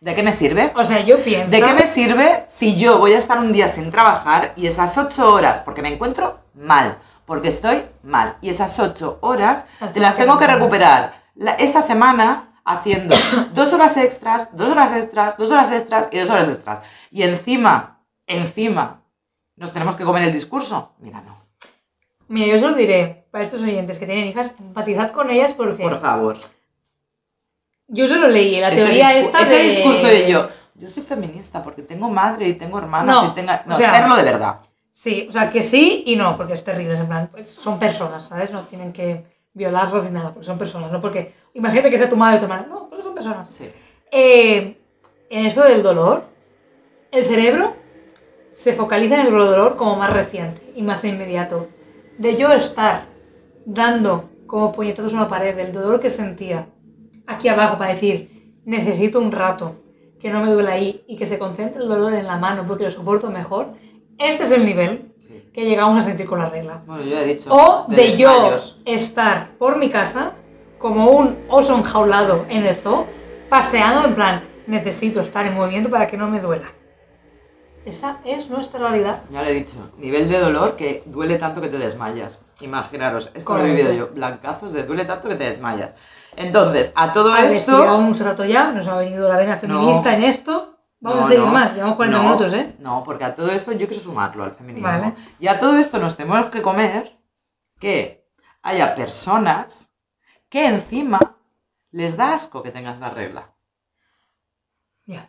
Speaker 1: ¿de qué me sirve?
Speaker 2: O sea, yo pienso.
Speaker 1: ¿De qué me sirve si yo voy a estar un día sin trabajar y esas ocho horas, porque me encuentro mal, porque estoy mal, y esas ocho horas
Speaker 2: Las
Speaker 1: te las
Speaker 2: tengo
Speaker 1: tengo
Speaker 2: que
Speaker 1: que recuperar la- esa semana haciendo dos horas extras, dos horas extras, dos horas extras y dos horas extras. Y encima encima nos tenemos que comer el discurso. Mira, no.
Speaker 2: Mira, yo os lo diré, para estos oyentes que tienen hijas, empatizad con ellas porque
Speaker 1: Por favor.
Speaker 2: yo solo leí la
Speaker 1: Ese
Speaker 2: teoría
Speaker 1: discu-
Speaker 2: esta
Speaker 1: Ese
Speaker 2: de-
Speaker 1: discurso de yo. Yo soy feminista porque tengo madre y tengo hermanas
Speaker 2: No,
Speaker 1: y tenga... No,
Speaker 2: o sea-
Speaker 1: serlo de verdad.
Speaker 2: Sí, o sea, que sí y no, porque es terrible, es en plan, pues son personas, ¿sabes? No tienen que violarlos ni nada, porque son personas, ¿no? Porque imagínate que sea tu madre o tu hermana, no, pero son personas.
Speaker 1: Sí.
Speaker 2: Eh, en esto del dolor, el cerebro se focaliza en el dolor como más reciente y más inmediato. De yo estar dando como puñetazos a una pared, el dolor que sentía aquí abajo para decir, necesito un rato, que no me duele ahí y que se concentre el dolor en la mano porque lo soporto mejor, este es el nivel
Speaker 1: Sí.
Speaker 2: que llegamos a sentir con la regla.
Speaker 1: Bueno, yo ya he dicho.
Speaker 2: O de, yo
Speaker 1: desmayos.
Speaker 2: estar por mi casa como un oso enjaulado en el zoo, paseando en plan, necesito estar en movimiento para que no me duela. Esa es nuestra realidad.
Speaker 1: Ya lo he dicho. Nivel de dolor que duele tanto que te desmayas. Imaginaros, esto lo he
Speaker 2: Correcto.
Speaker 1: vivido yo. Blancazos de duele tanto que te desmayas. Entonces, a todo
Speaker 2: A ver si
Speaker 1: esto.
Speaker 2: llevamos un rato ya, nos ha venido la vena feminista en esto. Vamos
Speaker 1: No,
Speaker 2: a seguir
Speaker 1: no,
Speaker 2: más, llevamos 40
Speaker 1: no,
Speaker 2: minutos, ¿eh?
Speaker 1: No, porque a todo esto yo quiero sumarlo al feminismo.
Speaker 2: Vale.
Speaker 1: Y a todo esto nos tenemos que comer que haya personas que encima les da asco que tengas la regla.
Speaker 2: Ya.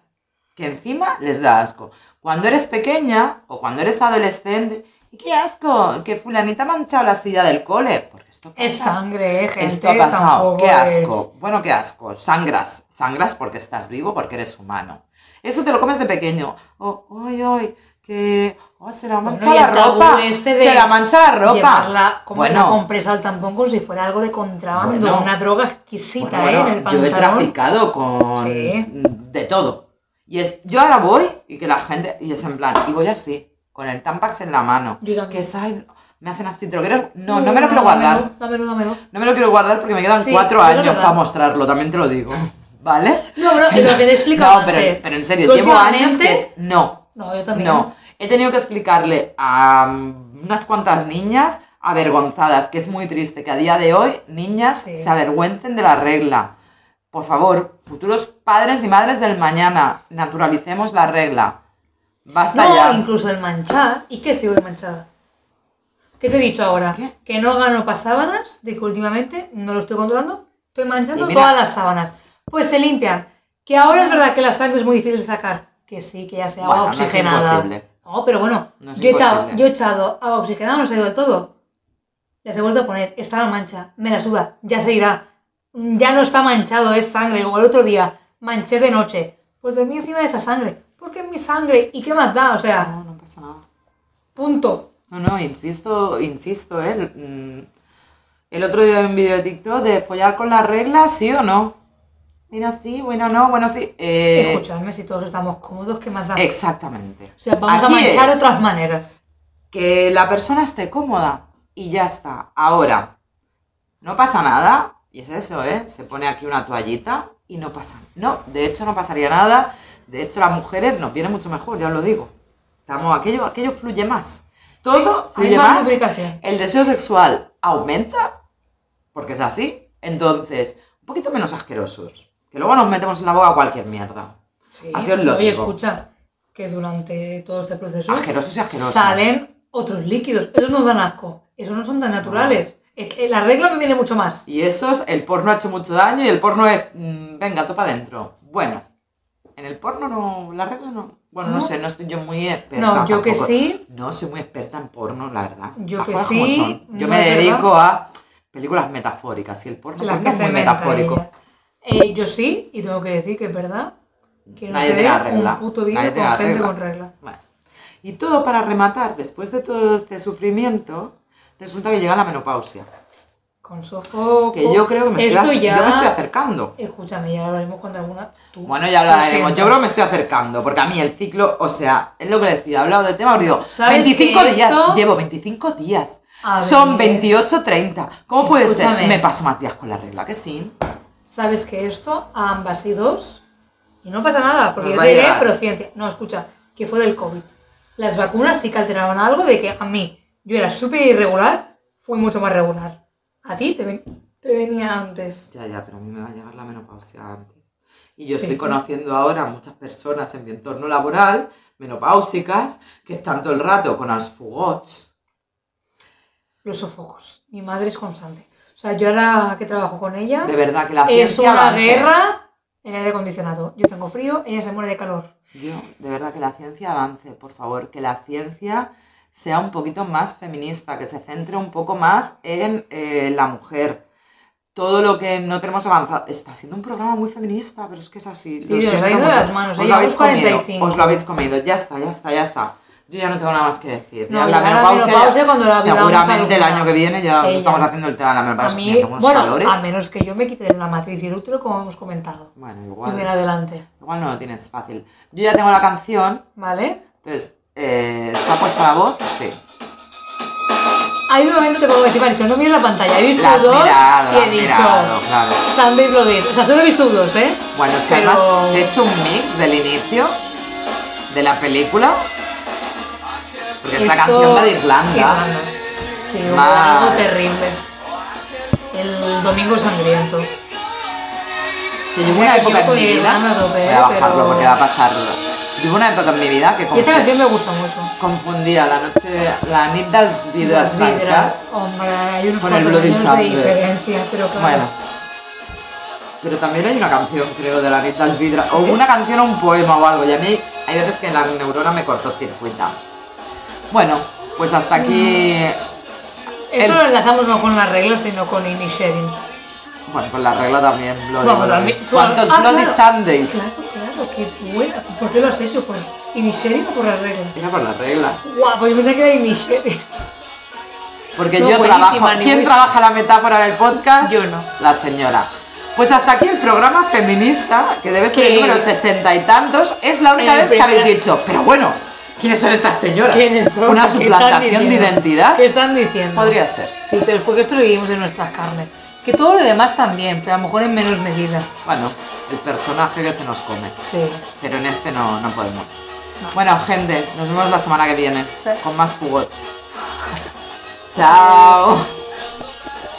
Speaker 1: Que encima les da asco. Cuando eres pequeña o cuando eres adolescente, ¡y qué asco! Que fulanita ha manchado la silla del cole. Porque esto pasa.
Speaker 2: Es sangre, ¿eh, gente.
Speaker 1: Esto ha pasado.
Speaker 2: tampoco
Speaker 1: Qué
Speaker 2: es-
Speaker 1: asco. Bueno, qué asco. Sangras. Sangras porque estás vivo, porque eres humano. Eso te lo comes de pequeño. Oh, uy, uy, que. oh, se la
Speaker 2: Bueno,
Speaker 1: mancha
Speaker 2: y
Speaker 1: la
Speaker 2: el tabú
Speaker 1: ropa.
Speaker 2: este de
Speaker 1: se la mancha la ropa.
Speaker 2: Llevarla como
Speaker 1: Bueno.
Speaker 2: una compresa al tampón como si fuera algo de contrabando,
Speaker 1: Bueno.
Speaker 2: una droga exquisita
Speaker 1: Bueno,
Speaker 2: ¿eh? en
Speaker 1: bueno,
Speaker 2: el
Speaker 1: yo
Speaker 2: pantalón.
Speaker 1: he traficado con.
Speaker 2: Sí.
Speaker 1: de todo. Y es, yo ahora voy y que la gente. Y es en plan, y voy así, con el Tampax en la mano.
Speaker 2: Yo
Speaker 1: Que
Speaker 2: también.
Speaker 1: es, ay, me hacen así, te lo quiero- No, no me lo quiero guardar.
Speaker 2: Mm, Dámelo, dámelo.
Speaker 1: No me lo quiero guardar porque me quedan
Speaker 2: Sí,
Speaker 1: cuatro
Speaker 2: es la
Speaker 1: años
Speaker 2: verdad.
Speaker 1: para mostrarlo, también te lo digo. ¿Vale?
Speaker 2: No, pero lo que te he explicado
Speaker 1: No, pero,
Speaker 2: antes.
Speaker 1: pero en serio,
Speaker 2: Tú
Speaker 1: llevo años
Speaker 2: últimamente-
Speaker 1: que es. No,
Speaker 2: No, yo también.
Speaker 1: no. He tenido que explicarle a mm, unas cuantas niñas avergonzadas, que es muy triste que a día de hoy niñas
Speaker 2: Sí.
Speaker 1: se avergüencen de la regla. Por favor, futuros padres y madres del mañana, naturalicemos la regla. Basta
Speaker 2: No,
Speaker 1: ya.
Speaker 2: incluso el manchar. ¿Y qué sigo el manchada? ¿Qué te he dicho ahora?
Speaker 1: Es que-
Speaker 2: no gano para sábanas, de que últimamente no lo estoy controlando, estoy manchando
Speaker 1: Y mira-
Speaker 2: todas las sábanas. Pues se limpian. Que ahora es verdad que la sangre es muy difícil de sacar. Que sí, que ya sea agua
Speaker 1: Bueno, no es
Speaker 2: oxigenada.
Speaker 1: imposible.
Speaker 2: No, Oh, pero bueno,
Speaker 1: No es
Speaker 2: yo, he echado,
Speaker 1: imposible.
Speaker 2: yo he echado agua oxigenada, no se ha ido del todo. Les he vuelto a poner, está la mancha, me la suda, ya se irá. Mm, Ya no está manchado, es sangre. O el otro día, manché de noche. Pues dormí encima de esa sangre, porque es mi sangre. ¿Y qué más da? O sea,
Speaker 1: No, no pasa nada.
Speaker 2: punto.
Speaker 1: No, no, insisto, insisto, ¿eh? El, mm, el otro día vi un vídeo de TikTok de follar con las reglas, ¿sí o no? Mira, sí, bueno, no, bueno, sí. eh,
Speaker 2: Escuchadme, si todos estamos cómodos, ¿qué más da? O
Speaker 1: Exactamente.
Speaker 2: sea, vamos
Speaker 1: Aquí
Speaker 2: a manchar
Speaker 1: es
Speaker 2: de otras maneras.
Speaker 1: Que la persona esté cómoda y ya está. Ahora, no pasa nada, y es eso, ¿eh? Se pone aquí una toallita y no pasa. No, de hecho no pasaría nada. De hecho, las mujeres nos viene mucho mejor, ya os lo digo. Estamos, aquello, aquello fluye más. Todo
Speaker 2: Hay
Speaker 1: fluye
Speaker 2: más
Speaker 1: más.
Speaker 2: lubricación.
Speaker 1: el deseo sexual aumenta, porque es así, entonces, un poquito menos asquerosos. Que luego nos metemos en la boca cualquier mierda.
Speaker 2: Sí.
Speaker 1: Así os lo
Speaker 2: Oye,
Speaker 1: digo.
Speaker 2: escucha, que durante todo este proceso
Speaker 1: Asquerosos y asquerosos.
Speaker 2: salen otros líquidos. Esos no dan asco, esos no son tan naturales. Eh, eh, La regla me viene mucho más.
Speaker 1: Y esos, el porno ha hecho mucho daño y el porno es, mm, venga, topa adentro. Bueno, en el porno no, la regla no. Bueno, no,
Speaker 2: No.
Speaker 1: sé, no estoy yo muy experta.
Speaker 2: No, yo que
Speaker 1: tampoco.
Speaker 2: sí.
Speaker 1: No soy muy experta en porno, la verdad.
Speaker 2: Yo
Speaker 1: Las
Speaker 2: que
Speaker 1: cosas como
Speaker 2: sí,
Speaker 1: son. Yo
Speaker 2: no
Speaker 1: me
Speaker 2: es verdad.
Speaker 1: dedico a películas metafóricas y el porno pues,
Speaker 2: Las que
Speaker 1: no es
Speaker 2: se
Speaker 1: muy
Speaker 2: inventan
Speaker 1: metafórico.
Speaker 2: ellas. Eh, yo sí, y tengo que decir que es verdad que no
Speaker 1: Nadie
Speaker 2: se
Speaker 1: te
Speaker 2: ve
Speaker 1: la regla.
Speaker 2: un puto vídeo
Speaker 1: Nadie
Speaker 2: con
Speaker 1: te la
Speaker 2: gente
Speaker 1: regla.
Speaker 2: con regla.
Speaker 1: Bueno, Y todo para rematar, después de todo este sufrimiento, resulta que llega la menopausia.
Speaker 2: Con sofoco.
Speaker 1: Que yo creo que me,
Speaker 2: Oh, Esto
Speaker 1: estoy, ac-
Speaker 2: ya...
Speaker 1: yo me estoy acercando.
Speaker 2: Escúchame, ya hablaremos cuando alguna. tú
Speaker 1: Bueno, ya lo
Speaker 2: lo
Speaker 1: hablaremos. Yo
Speaker 2: sientas.
Speaker 1: creo que me estoy acercando, porque a mí el ciclo, o sea, es lo que decía, he hablado de tema aburrido.
Speaker 2: ¿Sabes
Speaker 1: 25
Speaker 2: que
Speaker 1: días,
Speaker 2: esto-
Speaker 1: llevo 25 días.
Speaker 2: A ver.
Speaker 1: Son 28, 30. ¿Cómo puede ser?
Speaker 2: Escúchame.
Speaker 1: Me paso más días con la regla que sí.
Speaker 2: Sabes que esto a ambas y dos. Y no pasa nada,
Speaker 1: Nos
Speaker 2: porque es
Speaker 1: va a
Speaker 2: de ley,
Speaker 1: llegar.
Speaker 2: pero ciencia. No, escucha, que fue del COVID. Las vacunas sí que alteraron algo de que a mí, yo era súper irregular, fui mucho más regular. A ti te, ven- te venía antes.
Speaker 1: Ya, ya, pero a mí me va a llegar la menopausia antes. Y yo estoy
Speaker 2: Sí.
Speaker 1: conociendo ahora muchas personas en mi entorno laboral, menopáusicas, que están todo el rato con els fogots.
Speaker 2: Los sofocos. Mi madre es constante. O sea, yo ahora que trabajo con ella,
Speaker 1: De verdad que la
Speaker 2: es
Speaker 1: ciencia
Speaker 2: una
Speaker 1: avance.
Speaker 2: guerra en aire acondicionado. Yo tengo frío, ella se muere de calor.
Speaker 1: Yo, de verdad que la ciencia avance, por favor, que la ciencia sea un poquito más feminista, que se centre un poco más en eh, la mujer. Todo lo que no tenemos avanzado. Está siendo un programa muy feminista, pero es que es así.
Speaker 2: Sí,
Speaker 1: lo
Speaker 2: os ha
Speaker 1: siento
Speaker 2: ido de
Speaker 1: mucho.
Speaker 2: las manos,
Speaker 1: Os
Speaker 2: eh,
Speaker 1: lo habéis
Speaker 2: llevamos 45.
Speaker 1: comido. Os lo habéis comido. Ya está, ya está, ya está. Yo ya no tengo nada más que decir.
Speaker 2: No,
Speaker 1: Ya
Speaker 2: ya
Speaker 1: la
Speaker 2: la
Speaker 1: menopausia, ya-
Speaker 2: menopausia cuando la vivamos
Speaker 1: seguramente el
Speaker 2: alguna.
Speaker 1: año que viene ya os
Speaker 2: Ella.
Speaker 1: estamos haciendo el tema de la
Speaker 2: A
Speaker 1: menopausia.
Speaker 2: mí,
Speaker 1: unos
Speaker 2: bueno,
Speaker 1: calores.
Speaker 2: a menos que yo me quite de la matriz y el útero, como hemos comentado.
Speaker 1: Bueno,
Speaker 2: Y bien
Speaker 1: igual,
Speaker 2: adelante.
Speaker 1: igual no lo tienes fácil. Yo ya tengo la canción.
Speaker 2: ¿Vale?
Speaker 1: Entonces, eh, ¿está puesta la voz? Sí.
Speaker 2: Hay un momento que como decir, me ha dicho, no mires la pantalla. He visto
Speaker 1: La has
Speaker 2: dos
Speaker 1: mirado,
Speaker 2: y
Speaker 1: la
Speaker 2: he
Speaker 1: has
Speaker 2: dicho,
Speaker 1: mirado, claro.
Speaker 2: Sunday Bloody. O sea, solo he visto dos, ¿eh?
Speaker 1: Bueno, es que
Speaker 2: Pero-
Speaker 1: además he hecho un mix del inicio de la película. Porque esta
Speaker 2: Esto-
Speaker 1: canción va de Irlanda.
Speaker 2: Irlanda. Sí, un-
Speaker 1: Más.
Speaker 2: algo terrible. El domingo sangriento.
Speaker 1: Que yo hubo una
Speaker 2: Yo
Speaker 1: época en
Speaker 2: con
Speaker 1: mi
Speaker 2: Irlanda
Speaker 1: vida.
Speaker 2: a tope, eh,
Speaker 1: Voy a bajarlo
Speaker 2: pero-
Speaker 1: porque va a pasar. Yo hubo una época en mi vida que
Speaker 2: Y esta
Speaker 1: confu-
Speaker 2: canción me gusta mucho.
Speaker 1: confundía la noche, la nit dels vidres
Speaker 2: Las vidras.
Speaker 1: francas.
Speaker 2: Hombre, hay unos
Speaker 1: Con el
Speaker 2: cuantos
Speaker 1: Bloody
Speaker 2: años de
Speaker 1: Sunday.
Speaker 2: diferencia, pero claro.
Speaker 1: Bueno. Pero también hay una canción, creo, de la nit dels vidres. O una canción o un poema o algo. Y a mí hay veces que la neurona me cortocircuita. Bueno, pues hasta aquí
Speaker 2: Esto
Speaker 1: el-
Speaker 2: lo enlazamos no con las reglas, sino con Amy Sherin.
Speaker 1: Bueno, con la regla también, Bloody
Speaker 2: Vamos,
Speaker 1: Sundays.
Speaker 2: también-
Speaker 1: ¿Cuántos
Speaker 2: Ah,
Speaker 1: Bloody
Speaker 2: claro.
Speaker 1: Sundays?
Speaker 2: Claro, claro, qué buena. ¿Por qué lo has hecho? ¿Por Amy Sherin o por las reglas?
Speaker 1: Era con la regla.
Speaker 2: Guau, pues yo pensé que era Amy Sherin.
Speaker 1: Porque
Speaker 2: No,
Speaker 1: yo
Speaker 2: buenísima,
Speaker 1: trabajo.
Speaker 2: ni
Speaker 1: ¿Quién
Speaker 2: muy-
Speaker 1: trabaja la metáfora en el podcast?
Speaker 2: Yo no.
Speaker 1: La señora. Pues hasta aquí el programa feminista, que debe ser el
Speaker 2: Que-
Speaker 1: número sesenta y tantos. Es la única vez
Speaker 2: El
Speaker 1: que habéis
Speaker 2: primer-
Speaker 1: dicho, pero bueno, ¿quiénes son estas señoras?
Speaker 2: ¿Quiénes son?
Speaker 1: ¿Una
Speaker 2: ¿Qué están
Speaker 1: suplantación de
Speaker 2: diciendo?
Speaker 1: identidad?
Speaker 2: ¿Qué están diciendo?
Speaker 1: Podría ser.
Speaker 2: Sí, pero es porque esto lo vivimos en nuestras carnes. Que todo lo demás también, pero a lo mejor en menos medida.
Speaker 1: Bueno, el personaje que se nos come.
Speaker 2: Sí.
Speaker 1: Pero en este no, no podemos. Bueno, gente, nos vemos la semana que viene
Speaker 2: Sí.
Speaker 1: con más jugots. Chao.